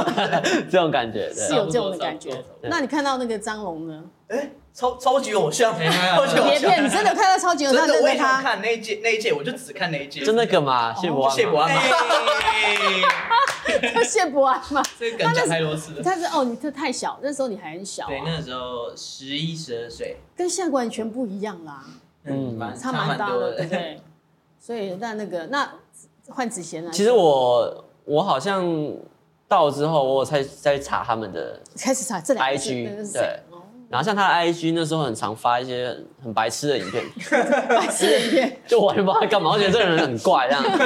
[SPEAKER 1] 这种感觉，
[SPEAKER 2] 是
[SPEAKER 1] 对啊
[SPEAKER 2] 有这种的感觉
[SPEAKER 5] 差不多差不？
[SPEAKER 2] 那你看到那个张龙呢？
[SPEAKER 5] 哎，超超级偶像，
[SPEAKER 3] 没有没有
[SPEAKER 5] 超级偶
[SPEAKER 2] 别
[SPEAKER 5] 像，
[SPEAKER 2] 骗，你真的有看到超级偶像
[SPEAKER 5] 真的我
[SPEAKER 2] 认
[SPEAKER 5] 也
[SPEAKER 2] 识
[SPEAKER 5] 想
[SPEAKER 2] 他。
[SPEAKER 5] 看那一届，那一届我就只看那一届，
[SPEAKER 1] 就那个嘛，
[SPEAKER 2] 哦
[SPEAKER 1] 谢博安
[SPEAKER 5] 谢博
[SPEAKER 1] 嘛，
[SPEAKER 5] 安嘛，
[SPEAKER 2] 谢不安 嘛，
[SPEAKER 5] 这个梗讲太多次了。
[SPEAKER 2] 但是哦，你这太小，那时候你还很小、
[SPEAKER 3] 对，
[SPEAKER 2] 啊，
[SPEAKER 3] 那时候十一十二岁，
[SPEAKER 2] 跟现在完全不一样啦，
[SPEAKER 1] 嗯
[SPEAKER 3] 嗯，蛮
[SPEAKER 2] 差
[SPEAKER 3] 差
[SPEAKER 2] 蛮
[SPEAKER 3] 蛮
[SPEAKER 2] 大
[SPEAKER 3] 多
[SPEAKER 2] 的，
[SPEAKER 3] 的
[SPEAKER 2] 对不。对？所以那那个那换子贤来，啊
[SPEAKER 1] 其实我我好像到之后，我有才在查他们的，
[SPEAKER 2] 开始查这两个字
[SPEAKER 1] IG
[SPEAKER 2] 那是谁？哦
[SPEAKER 1] 然后像他的 IG 那时候很常发一些很很白痴的影片，
[SPEAKER 2] 白痴的影片，
[SPEAKER 1] 就我完全不知道他干嘛，我觉得这个人很怪，这样就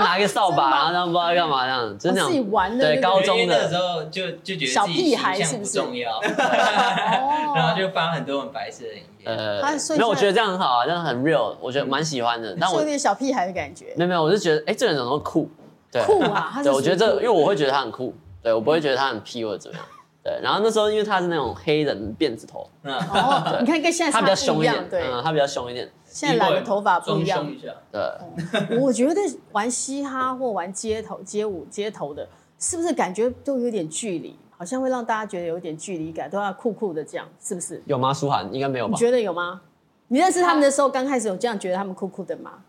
[SPEAKER 1] 拿一个扫把，然后这样不知道干嘛，这样就是
[SPEAKER 2] 哦自己
[SPEAKER 1] 那种
[SPEAKER 2] 玩的
[SPEAKER 1] 对
[SPEAKER 2] 那个
[SPEAKER 1] 高
[SPEAKER 3] 因为
[SPEAKER 1] 中
[SPEAKER 3] 那
[SPEAKER 1] 的
[SPEAKER 3] 时候就就觉得
[SPEAKER 2] 小
[SPEAKER 3] 自
[SPEAKER 2] 屁
[SPEAKER 3] 己
[SPEAKER 2] 孩
[SPEAKER 3] 形
[SPEAKER 2] 是不
[SPEAKER 3] 象不
[SPEAKER 2] 是
[SPEAKER 3] 重要， 然后
[SPEAKER 2] 哦，
[SPEAKER 3] 就发很多很白色的影片。
[SPEAKER 1] 呃
[SPEAKER 2] 他，所以
[SPEAKER 1] 没有，我
[SPEAKER 2] 现
[SPEAKER 1] 觉
[SPEAKER 2] 在
[SPEAKER 1] 得这样很好啊，这样很 real，我觉得蛮喜欢的。但
[SPEAKER 2] 是
[SPEAKER 1] 我
[SPEAKER 2] 有点小屁孩的感觉，
[SPEAKER 1] 没有没有，我是觉得哎、这个人怎么那么酷？对，
[SPEAKER 2] 酷啊他是
[SPEAKER 1] 对，我觉得这，
[SPEAKER 2] 酷
[SPEAKER 1] 因为我会觉得他很酷，对我不会觉得他很屁或者怎么样。对，然后那时候因为他是那种黑人辫子头，
[SPEAKER 3] 嗯，
[SPEAKER 2] 哦，你看跟现在
[SPEAKER 1] 他比较
[SPEAKER 2] 差不
[SPEAKER 1] 凶
[SPEAKER 2] 一
[SPEAKER 1] 一
[SPEAKER 2] 样，
[SPEAKER 1] 点，
[SPEAKER 2] 对，
[SPEAKER 1] 嗯，他比较凶一点，
[SPEAKER 2] 现在染的头发不一样
[SPEAKER 5] 装。凶一下，
[SPEAKER 1] 对，
[SPEAKER 2] 我觉得玩嘻哈或玩街头街舞街头的，是不是感觉都有点距离？好像会让大家觉得有点距离感，都要酷酷的这样，是不是？
[SPEAKER 1] 有吗？舒涵应该没有
[SPEAKER 2] 你
[SPEAKER 1] 吧？
[SPEAKER 2] 觉得有吗？你认识他们的时候，刚开始有这样觉得他们酷酷的吗？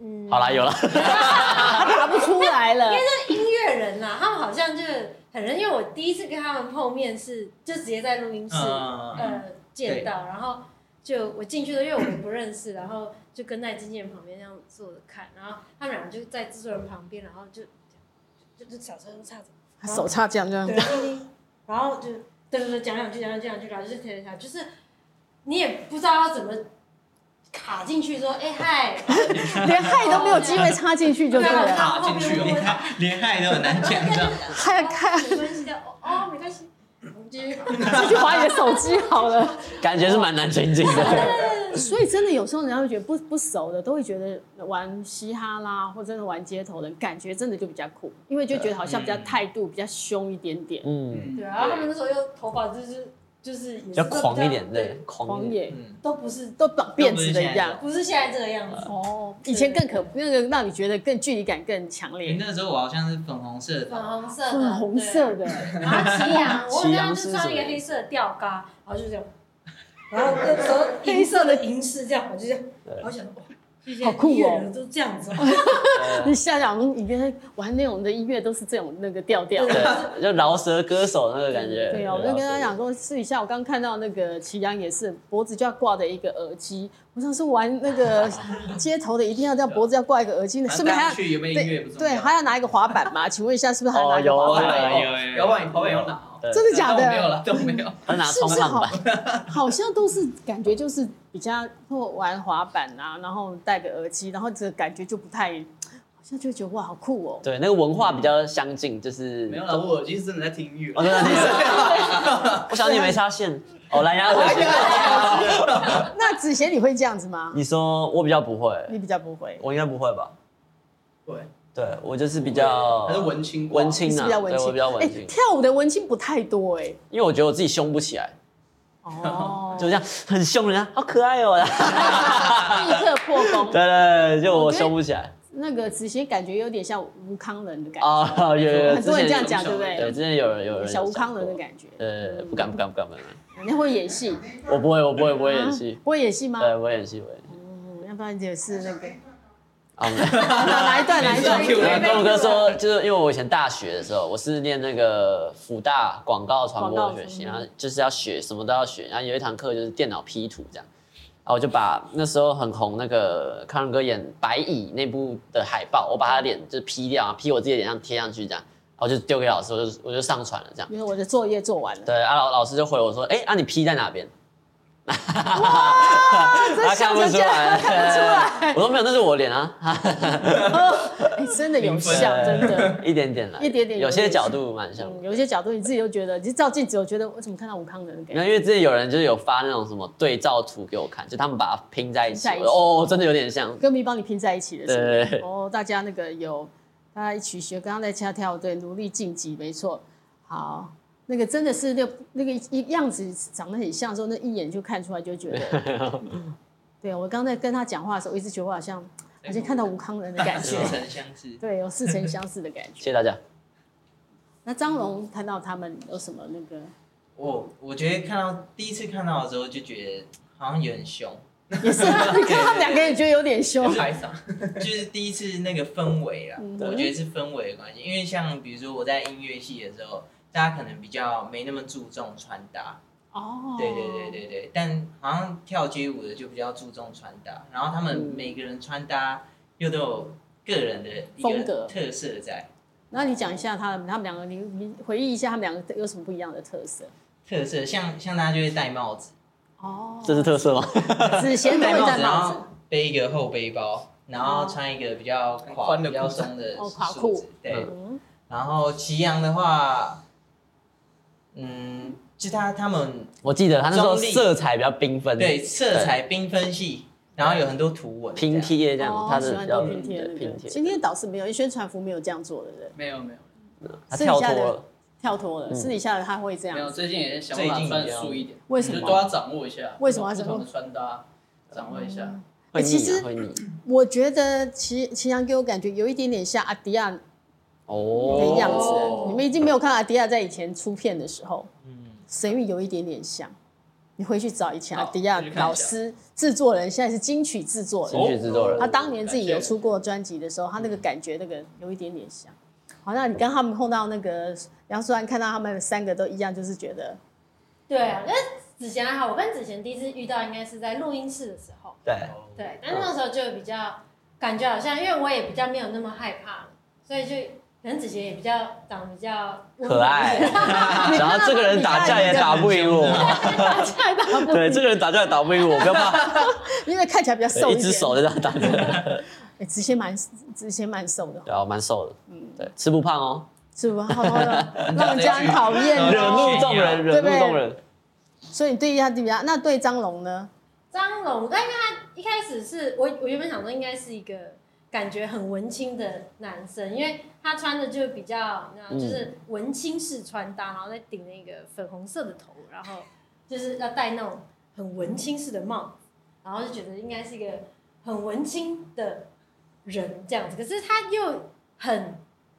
[SPEAKER 4] 嗯，
[SPEAKER 1] 好啦，有啦，
[SPEAKER 2] 哦他答不出来了
[SPEAKER 4] 因为。这音乐乐人啦，他们好像就很认，因为我第一次跟他们碰面是就直接在录音室、
[SPEAKER 3] 嗯
[SPEAKER 4] 呃见到，然后就我进去的，因为我们不认识，然后就跟在经纪人旁边这样坐着看，然后他们两个就在制作人旁边，然后就就就小声唱着，
[SPEAKER 2] 他手叉这样这样
[SPEAKER 4] 对，，然后就对对对讲两句讲两句讲两句，然后就贴一下，就是你也不知道要怎么卡进去说哎嗨，
[SPEAKER 2] 连害都没有机会插进去就
[SPEAKER 4] 对
[SPEAKER 2] 对
[SPEAKER 4] 啊，
[SPEAKER 2] 了，
[SPEAKER 4] 然后后
[SPEAKER 2] 哦
[SPEAKER 4] 面
[SPEAKER 3] 连害连害都很难讲到。
[SPEAKER 2] 害看
[SPEAKER 4] 没关系的，哦哦没关系，我们继续。
[SPEAKER 2] 继续划你的手机好了。
[SPEAKER 1] 感觉是蛮难亲近
[SPEAKER 2] 哦
[SPEAKER 1] 的。
[SPEAKER 2] 所以真的有时候人家会觉得不不熟的，都会觉得玩嘻哈啦，或真的玩街头的，感觉真的就比较酷，因为就觉得好像比较态度比较凶一点点，
[SPEAKER 1] 嗯，
[SPEAKER 4] 对，然后他们那时候又头发就是就是也是
[SPEAKER 1] 比较狂一点，
[SPEAKER 4] 都比较
[SPEAKER 1] 对，，狂
[SPEAKER 2] 狂
[SPEAKER 1] 一点。
[SPEAKER 2] 野
[SPEAKER 3] 嗯，
[SPEAKER 4] 都不是
[SPEAKER 2] 都绑辫子的一样。
[SPEAKER 4] 不是现在这个样子。
[SPEAKER 2] 哦，以前更可那个让你觉得更距离感更强
[SPEAKER 3] 你
[SPEAKER 2] 烈，
[SPEAKER 3] 那时候我好像是粉红色的，
[SPEAKER 4] 粉红色的，
[SPEAKER 2] 粉红色的，
[SPEAKER 4] 对，然后祁阳， 我
[SPEAKER 1] 祁
[SPEAKER 4] 刚
[SPEAKER 1] 阳
[SPEAKER 4] 刚
[SPEAKER 1] 是
[SPEAKER 4] 就
[SPEAKER 1] 什
[SPEAKER 4] 穿了一个
[SPEAKER 1] 么
[SPEAKER 4] 黑色的吊嘎，然后 就这样，然后那时候银色的银饰这样，我就这样，然后想说哇，这些
[SPEAKER 2] 好酷哦
[SPEAKER 4] 艺人都这样子哦，
[SPEAKER 2] 你想想，我们以前玩那种的音乐都是这种那个调调。
[SPEAKER 1] 对， 就饶舌歌手那个感觉。
[SPEAKER 2] 对啊，我就跟他讲说试一下。我刚看到那个祁阳也是脖子就要挂的一个耳机，我想说玩那 个街头的一定要这样脖子要挂一个耳机，
[SPEAKER 5] 反
[SPEAKER 2] 顺
[SPEAKER 5] 正
[SPEAKER 2] 便还要
[SPEAKER 5] 大家啊去有没有音乐不重要
[SPEAKER 2] 对，还要拿一个滑板嘛？请问一下，是不是还要拿一个
[SPEAKER 1] 哦
[SPEAKER 2] 滑
[SPEAKER 1] 有
[SPEAKER 2] 板？
[SPEAKER 1] 有
[SPEAKER 5] 有有有，要不然你跑也要拿哦。
[SPEAKER 1] 对
[SPEAKER 2] 真的假
[SPEAKER 5] 都没有
[SPEAKER 2] 的？
[SPEAKER 5] 了，都没有。
[SPEAKER 1] 他拿
[SPEAKER 2] 是不
[SPEAKER 1] 冲
[SPEAKER 2] 是
[SPEAKER 1] 浪
[SPEAKER 2] 好
[SPEAKER 1] 板，？
[SPEAKER 2] 好像都是感觉就是比较或玩滑板啊，然后戴个耳机，然后这个感觉就不太，好像就觉得哇，好酷哦。
[SPEAKER 1] 对，那个文化比较相近，就是
[SPEAKER 5] 没有啦，我耳机是真的在听音乐。
[SPEAKER 1] 哦，对对对， 我想你没插线，哦，蓝牙耳机。
[SPEAKER 2] 那子贤你会这样子吗？
[SPEAKER 1] 你说我比较不会，
[SPEAKER 2] 你比较不会，
[SPEAKER 1] 我应该不会吧？
[SPEAKER 5] 对，
[SPEAKER 1] 对我就是比较
[SPEAKER 5] 还是文青挂
[SPEAKER 1] 文青
[SPEAKER 2] 你是
[SPEAKER 1] 啊，
[SPEAKER 2] 比较文
[SPEAKER 1] 对我
[SPEAKER 2] 青，
[SPEAKER 1] 比较文
[SPEAKER 2] 哎
[SPEAKER 1] 青，
[SPEAKER 2] 跳舞的文青不太多哎。
[SPEAKER 1] 因为我觉得我自己凶不起来，
[SPEAKER 2] 哦，
[SPEAKER 1] 就这样很凶人家，好可爱哦。
[SPEAKER 2] 立刻破 功。
[SPEAKER 1] 对对对，就我凶不起来
[SPEAKER 2] 那个子贤感觉有点像吴康人的感觉，
[SPEAKER 1] 啊，有有有，
[SPEAKER 2] 很多人
[SPEAKER 1] 之前
[SPEAKER 2] 这样讲，
[SPEAKER 5] 有
[SPEAKER 2] 对不
[SPEAKER 1] 对，
[SPEAKER 2] 对？
[SPEAKER 1] 之前有人有人
[SPEAKER 2] 小吴康人的
[SPEAKER 1] 觉。
[SPEAKER 2] 感觉。
[SPEAKER 1] 呃，不敢不敢不敢不敢，
[SPEAKER 2] 你会演戏？
[SPEAKER 1] 我不会我不会不会演戏
[SPEAKER 2] 啊，会演戏吗？
[SPEAKER 1] 对，我会演戏我会演戏。
[SPEAKER 2] 嗯，要不然就是那个
[SPEAKER 1] 啊，我们
[SPEAKER 2] 哪哪一段哪 一段？
[SPEAKER 5] 没事
[SPEAKER 1] 然后跟我哥说，就是因为我以前大学的时候，我是念那个辅大广告传播学系，
[SPEAKER 2] 广告传播
[SPEAKER 1] 然后就是要学什么都要学，然后有一堂课就是电脑 P 图这样，然后我就把那时候很红那个康永哥演《白蚁》那部的海报，我把他脸就是 P 掉，然后 P 我自己的脸上贴上去这样，然后就丢给老师，我就我就上传了这样。
[SPEAKER 2] 因为我的作业做完了，
[SPEAKER 1] 对啊，老老师就回我说，哎、啊你 P 在哪边？ 他
[SPEAKER 2] 这
[SPEAKER 1] 看
[SPEAKER 2] 笑
[SPEAKER 1] 不
[SPEAKER 2] 成
[SPEAKER 1] 出
[SPEAKER 2] 这样
[SPEAKER 1] 来，
[SPEAKER 2] 看不出来。
[SPEAKER 1] 我说没有，那是我脸啊，
[SPEAKER 2] 哎，真的有笑，真的。
[SPEAKER 1] 一点点啦，
[SPEAKER 2] 一点点
[SPEAKER 1] 有
[SPEAKER 2] 有
[SPEAKER 1] 些
[SPEAKER 2] 点
[SPEAKER 1] 角度蛮像的。
[SPEAKER 2] 嗯，有一些角度你自己都觉得，你照镜子，我觉得我怎么看到吴康人的感
[SPEAKER 1] 没有，
[SPEAKER 2] 觉？
[SPEAKER 1] 因为之前有人就是有发那种什么对照图给我看，就他们把它拼在一起，
[SPEAKER 2] 拼在一
[SPEAKER 1] 我
[SPEAKER 2] 起
[SPEAKER 1] 说哦，真的有点像。
[SPEAKER 2] 歌迷帮你拼在一起的
[SPEAKER 1] 对
[SPEAKER 2] 是吗？
[SPEAKER 1] 对对，
[SPEAKER 2] 哦，大家那个有，大家一起学，刚刚在恰跳，对，努力晋级，没错。好，那个真的是那那个一样子长得很像的时候，那一眼就看出来，就觉 得。嗯对，我刚才跟他讲话的时候，我一直觉得我好像好像看到吴康人的感觉
[SPEAKER 3] 似，曾相识。
[SPEAKER 2] 对，有似曾相识的感
[SPEAKER 1] 谢
[SPEAKER 2] 觉。
[SPEAKER 1] 谢大家。
[SPEAKER 2] 那张龙看到他们有什么那 个？
[SPEAKER 3] 我我觉得看到第一次看到的时候就觉得好像也很凶，
[SPEAKER 2] 也是，你看 他们两个也觉得有点凶
[SPEAKER 5] 就。拍上，
[SPEAKER 3] 就是第一次那个氛围啦
[SPEAKER 2] 嗯，
[SPEAKER 3] 我觉得是氛围的关系。因为像比如说我在音乐系的时候，大家可能比较没那么注重穿搭，
[SPEAKER 2] 哦，
[SPEAKER 3] 对对对对对。但好像跳街舞的就比较注重穿搭，然后他们
[SPEAKER 2] 嗯
[SPEAKER 3] 每个人穿搭又都有个人的一
[SPEAKER 2] 风
[SPEAKER 3] 个
[SPEAKER 2] 格
[SPEAKER 3] 特色在，
[SPEAKER 2] 然后你讲一下他们，他们两个，你你回忆一下他们两个有什么不一样的特色？
[SPEAKER 3] 特色像像大家就会戴帽子，
[SPEAKER 2] 哦，
[SPEAKER 1] 这是特色吗？
[SPEAKER 2] 子贤都
[SPEAKER 3] 戴
[SPEAKER 2] 会
[SPEAKER 3] 帽
[SPEAKER 2] 戴
[SPEAKER 3] 子，然
[SPEAKER 2] 帽子
[SPEAKER 3] 后。背一个厚背包，然后穿一个比较垮、
[SPEAKER 5] 宽的
[SPEAKER 3] 比
[SPEAKER 5] 裤
[SPEAKER 3] 较
[SPEAKER 5] 子
[SPEAKER 3] 松的
[SPEAKER 2] 哦垮
[SPEAKER 3] 束
[SPEAKER 2] 裤
[SPEAKER 3] 子对。
[SPEAKER 2] 嗯
[SPEAKER 3] 然后祁阳的话，嗯，就他他们
[SPEAKER 1] 我记得他那时候
[SPEAKER 3] 中立
[SPEAKER 1] 色彩比较缤纷，
[SPEAKER 3] 对色彩缤纷系，然后有很多图文
[SPEAKER 1] 拼
[SPEAKER 3] 这样。
[SPEAKER 1] 贴这样
[SPEAKER 2] 哦，，
[SPEAKER 1] 他
[SPEAKER 2] 喜
[SPEAKER 1] 的
[SPEAKER 2] 欢
[SPEAKER 1] 比较
[SPEAKER 2] 多拼贴
[SPEAKER 1] 对
[SPEAKER 2] 那个
[SPEAKER 1] 拼。贴，
[SPEAKER 2] 今天倒是没有，宣传服没有这样做的人，
[SPEAKER 5] 没有没有
[SPEAKER 1] 他
[SPEAKER 2] 私
[SPEAKER 1] 跳
[SPEAKER 2] 底
[SPEAKER 1] 脱
[SPEAKER 2] 下的
[SPEAKER 1] 了。
[SPEAKER 2] 跳脱
[SPEAKER 1] 嗯
[SPEAKER 2] 了，私底下的他会这
[SPEAKER 5] 没有，
[SPEAKER 2] 样。
[SPEAKER 5] 最近也想法算素一点，
[SPEAKER 2] 为什
[SPEAKER 5] 就
[SPEAKER 2] 么
[SPEAKER 5] 都要掌握一下，
[SPEAKER 2] 为什么要
[SPEAKER 5] 不
[SPEAKER 2] 掌握
[SPEAKER 5] 同的穿搭掌握一下？
[SPEAKER 1] 会
[SPEAKER 2] 其
[SPEAKER 1] 腻
[SPEAKER 2] 实
[SPEAKER 1] 啊，会腻
[SPEAKER 2] 我觉得祁祁阳给我感觉有一点点像阿迪亚的
[SPEAKER 1] 哦
[SPEAKER 2] 样子
[SPEAKER 5] 哦
[SPEAKER 2] 了，你们已经没有看阿迪亚在以前出片的时候，
[SPEAKER 3] 嗯，
[SPEAKER 2] 神韵有一点点像。你回去找以前阿
[SPEAKER 5] 好
[SPEAKER 2] 迪亚
[SPEAKER 5] 回去看一下
[SPEAKER 2] 老师制作人，现在是金曲制作人啊
[SPEAKER 1] 金，曲制作人
[SPEAKER 2] 他当年自己有出过专辑的时候，他那个感觉那个有一点点像。好，那你跟他们碰到那个杨淑安，看到他们三个都一样，就是觉得
[SPEAKER 4] 对啊，但是子贤还好，我跟子贤第一次遇到应该是在录音室的时候，
[SPEAKER 1] 对，
[SPEAKER 4] 对，
[SPEAKER 1] 嗯
[SPEAKER 4] 但那时候就比较感觉好像，因为我也比较没有那么害怕，所以就可能子贤也比较长得比较温和
[SPEAKER 1] 可爱。然后这个人打架也打不 赢我，
[SPEAKER 2] 打架打不
[SPEAKER 1] 对，这个人打架也打不赢我，不要 怕，
[SPEAKER 2] 因为看起来比较瘦
[SPEAKER 1] 一
[SPEAKER 2] 点
[SPEAKER 1] 只手就这样打着。
[SPEAKER 2] 哎，子贤蛮子贤蛮瘦的，
[SPEAKER 1] 对啊，我蛮瘦的，对，吃不胖哦，
[SPEAKER 2] 是不？好好 的，让人家很讨厌哦
[SPEAKER 1] 惹怒众人，惹
[SPEAKER 2] 对不对
[SPEAKER 1] 怒众人。
[SPEAKER 2] 所以你对他比较，那对张龙呢？
[SPEAKER 4] 张龙，但因为他一开始是我，我原本想说应该是一个感觉很文青的男生，因为他穿的就比较，你知道，
[SPEAKER 1] 嗯
[SPEAKER 4] 就是文青式穿搭，然后再顶那个粉红色的头，然后就是要戴那种很文青式的帽子，然后就觉得应该是一个很文青的人这样子。可是他又很，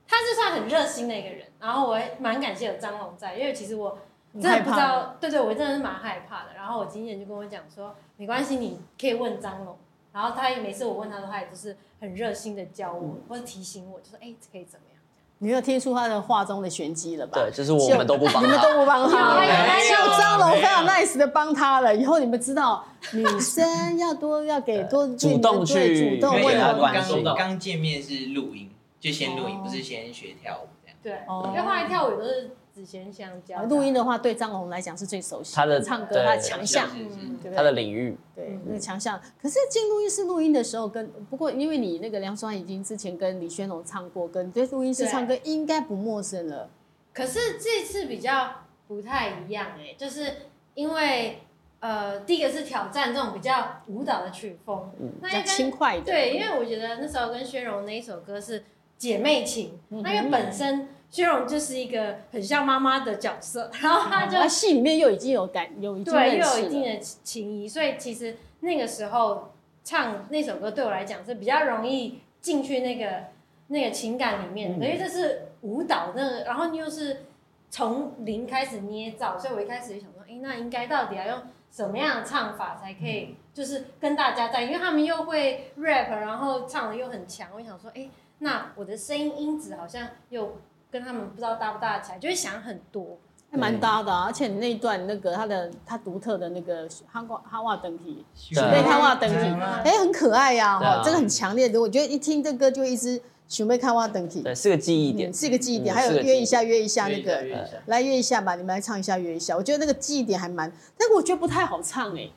[SPEAKER 4] 他是算很热心的一个人，然后我也蛮感谢有张龙在，因为其实我
[SPEAKER 2] 你
[SPEAKER 4] 真的
[SPEAKER 2] 害
[SPEAKER 4] 不
[SPEAKER 2] 怕
[SPEAKER 4] 知
[SPEAKER 2] 吗？
[SPEAKER 4] 道，对对，我真的是蛮害怕的。然后我经纪人就跟我讲说，没关系，你可以问张龙。然后他也每次我问他的话，也就是很热心的教我、
[SPEAKER 2] 嗯
[SPEAKER 4] 或者提醒我，就说哎，这可以怎么样？
[SPEAKER 2] 你有听出他的话中的玄机了吧？
[SPEAKER 1] 对，就是我们都不帮
[SPEAKER 2] 你们
[SPEAKER 1] 他
[SPEAKER 2] 都。不帮他，
[SPEAKER 4] 没有没有
[SPEAKER 2] 像张龙
[SPEAKER 6] 没有
[SPEAKER 2] 非常 nice 的帮他了。以后你们知道，女生要多要给多
[SPEAKER 1] 主动
[SPEAKER 2] 对你
[SPEAKER 1] 去啊
[SPEAKER 2] 们对主动
[SPEAKER 1] 给
[SPEAKER 2] 哦问
[SPEAKER 1] 他
[SPEAKER 2] 他
[SPEAKER 1] 关
[SPEAKER 5] 刚
[SPEAKER 1] 心
[SPEAKER 5] 收到
[SPEAKER 3] 刚见面是录音，就先录音，
[SPEAKER 2] 哦
[SPEAKER 3] 不是先学跳舞这样。
[SPEAKER 4] 对，
[SPEAKER 2] 哦
[SPEAKER 4] 因为后来跳舞也都是子贤相教的。啊
[SPEAKER 2] 录音的话，对张龙来讲是最熟悉。
[SPEAKER 1] 他的
[SPEAKER 2] 唱歌，
[SPEAKER 1] 对
[SPEAKER 2] 他的强项，
[SPEAKER 3] 是是是
[SPEAKER 4] 嗯
[SPEAKER 2] 对不
[SPEAKER 1] 他的
[SPEAKER 2] 对？
[SPEAKER 1] 领域，
[SPEAKER 2] 对
[SPEAKER 4] 嗯，
[SPEAKER 2] 那个强项。可是进录音室录音的时候跟，不过因为你那个梁双已经之前跟李宣龙唱过，跟对录音室
[SPEAKER 4] 对
[SPEAKER 2] 唱歌应该不陌生了。
[SPEAKER 4] 可是这次比较不太一样哎、就是因为呃，第一个是挑战这种比较舞蹈的曲风，
[SPEAKER 2] 嗯比
[SPEAKER 4] 那一
[SPEAKER 2] 较
[SPEAKER 4] 跟
[SPEAKER 2] 轻快的。
[SPEAKER 4] 对，因为我觉得那时候跟薛荣那一首歌是姐妹情，
[SPEAKER 2] 嗯
[SPEAKER 4] 那因为本身薛荣就是一个很像妈妈的角色，然后她就
[SPEAKER 2] 他戏里面又已经有感，有一定
[SPEAKER 4] 对
[SPEAKER 2] 认
[SPEAKER 4] 又有
[SPEAKER 2] 识
[SPEAKER 4] 一定
[SPEAKER 2] 了。
[SPEAKER 4] 的情谊，所以其实那个时候唱那首歌对我来讲是比较容易进去那个那个情感里面的，因为这是舞蹈那个，然后你又是从零开始捏造，所以我一开始就想说，哎，那应该到底要用什么样的唱法才可以，就是跟大家在，因为他们又会 rap，然后唱的又很强，我想说，哎，那我的声音音质好像又跟他们不知道搭不搭得起来，就会想很多。
[SPEAKER 2] 还蛮搭的啊、而且你那一段那个他的他独特的那个哈瓜哈哇等体，
[SPEAKER 1] 对
[SPEAKER 2] 准备看袜等
[SPEAKER 5] 啊
[SPEAKER 2] 体，
[SPEAKER 4] 嗯
[SPEAKER 2] 哎、很可爱呀、
[SPEAKER 1] 啊对啊
[SPEAKER 2] 哈、这个很强烈的，我觉得一听这歌就一直准备看袜等体，
[SPEAKER 1] 对，是个记忆点
[SPEAKER 2] 嗯，，是一个记忆
[SPEAKER 1] 嗯
[SPEAKER 2] 点，还
[SPEAKER 1] 是
[SPEAKER 2] 有
[SPEAKER 1] 个记忆
[SPEAKER 2] 约一下约一下那
[SPEAKER 5] 约
[SPEAKER 2] 个，
[SPEAKER 5] 一下
[SPEAKER 2] 来约一下吧，你们来唱一下约一下，我觉得那个记忆点还蛮，但是我觉得不太好唱哎、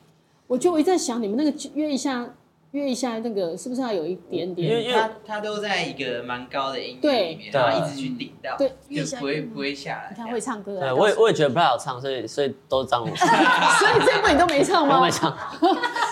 [SPEAKER 2] 我觉得我一直在想你们那个约一下约一下那个是不是要有一
[SPEAKER 1] 因
[SPEAKER 2] 点
[SPEAKER 1] 为
[SPEAKER 2] 点
[SPEAKER 1] 因为
[SPEAKER 3] 他他都在一个蛮高的音域
[SPEAKER 2] 对
[SPEAKER 3] 里面，
[SPEAKER 1] 对
[SPEAKER 3] 然后一直去顶到，
[SPEAKER 2] 对
[SPEAKER 3] 就不会不会下来
[SPEAKER 2] 你
[SPEAKER 3] 这
[SPEAKER 2] 看
[SPEAKER 3] 样。
[SPEAKER 2] 会唱歌
[SPEAKER 1] 对
[SPEAKER 2] 啊，
[SPEAKER 1] 我也
[SPEAKER 2] 告诉
[SPEAKER 1] 我也觉得不太好唱，所以所以都 是张龙，
[SPEAKER 2] 你所以这部你都没唱
[SPEAKER 1] 我
[SPEAKER 2] 吗
[SPEAKER 1] 没？唱，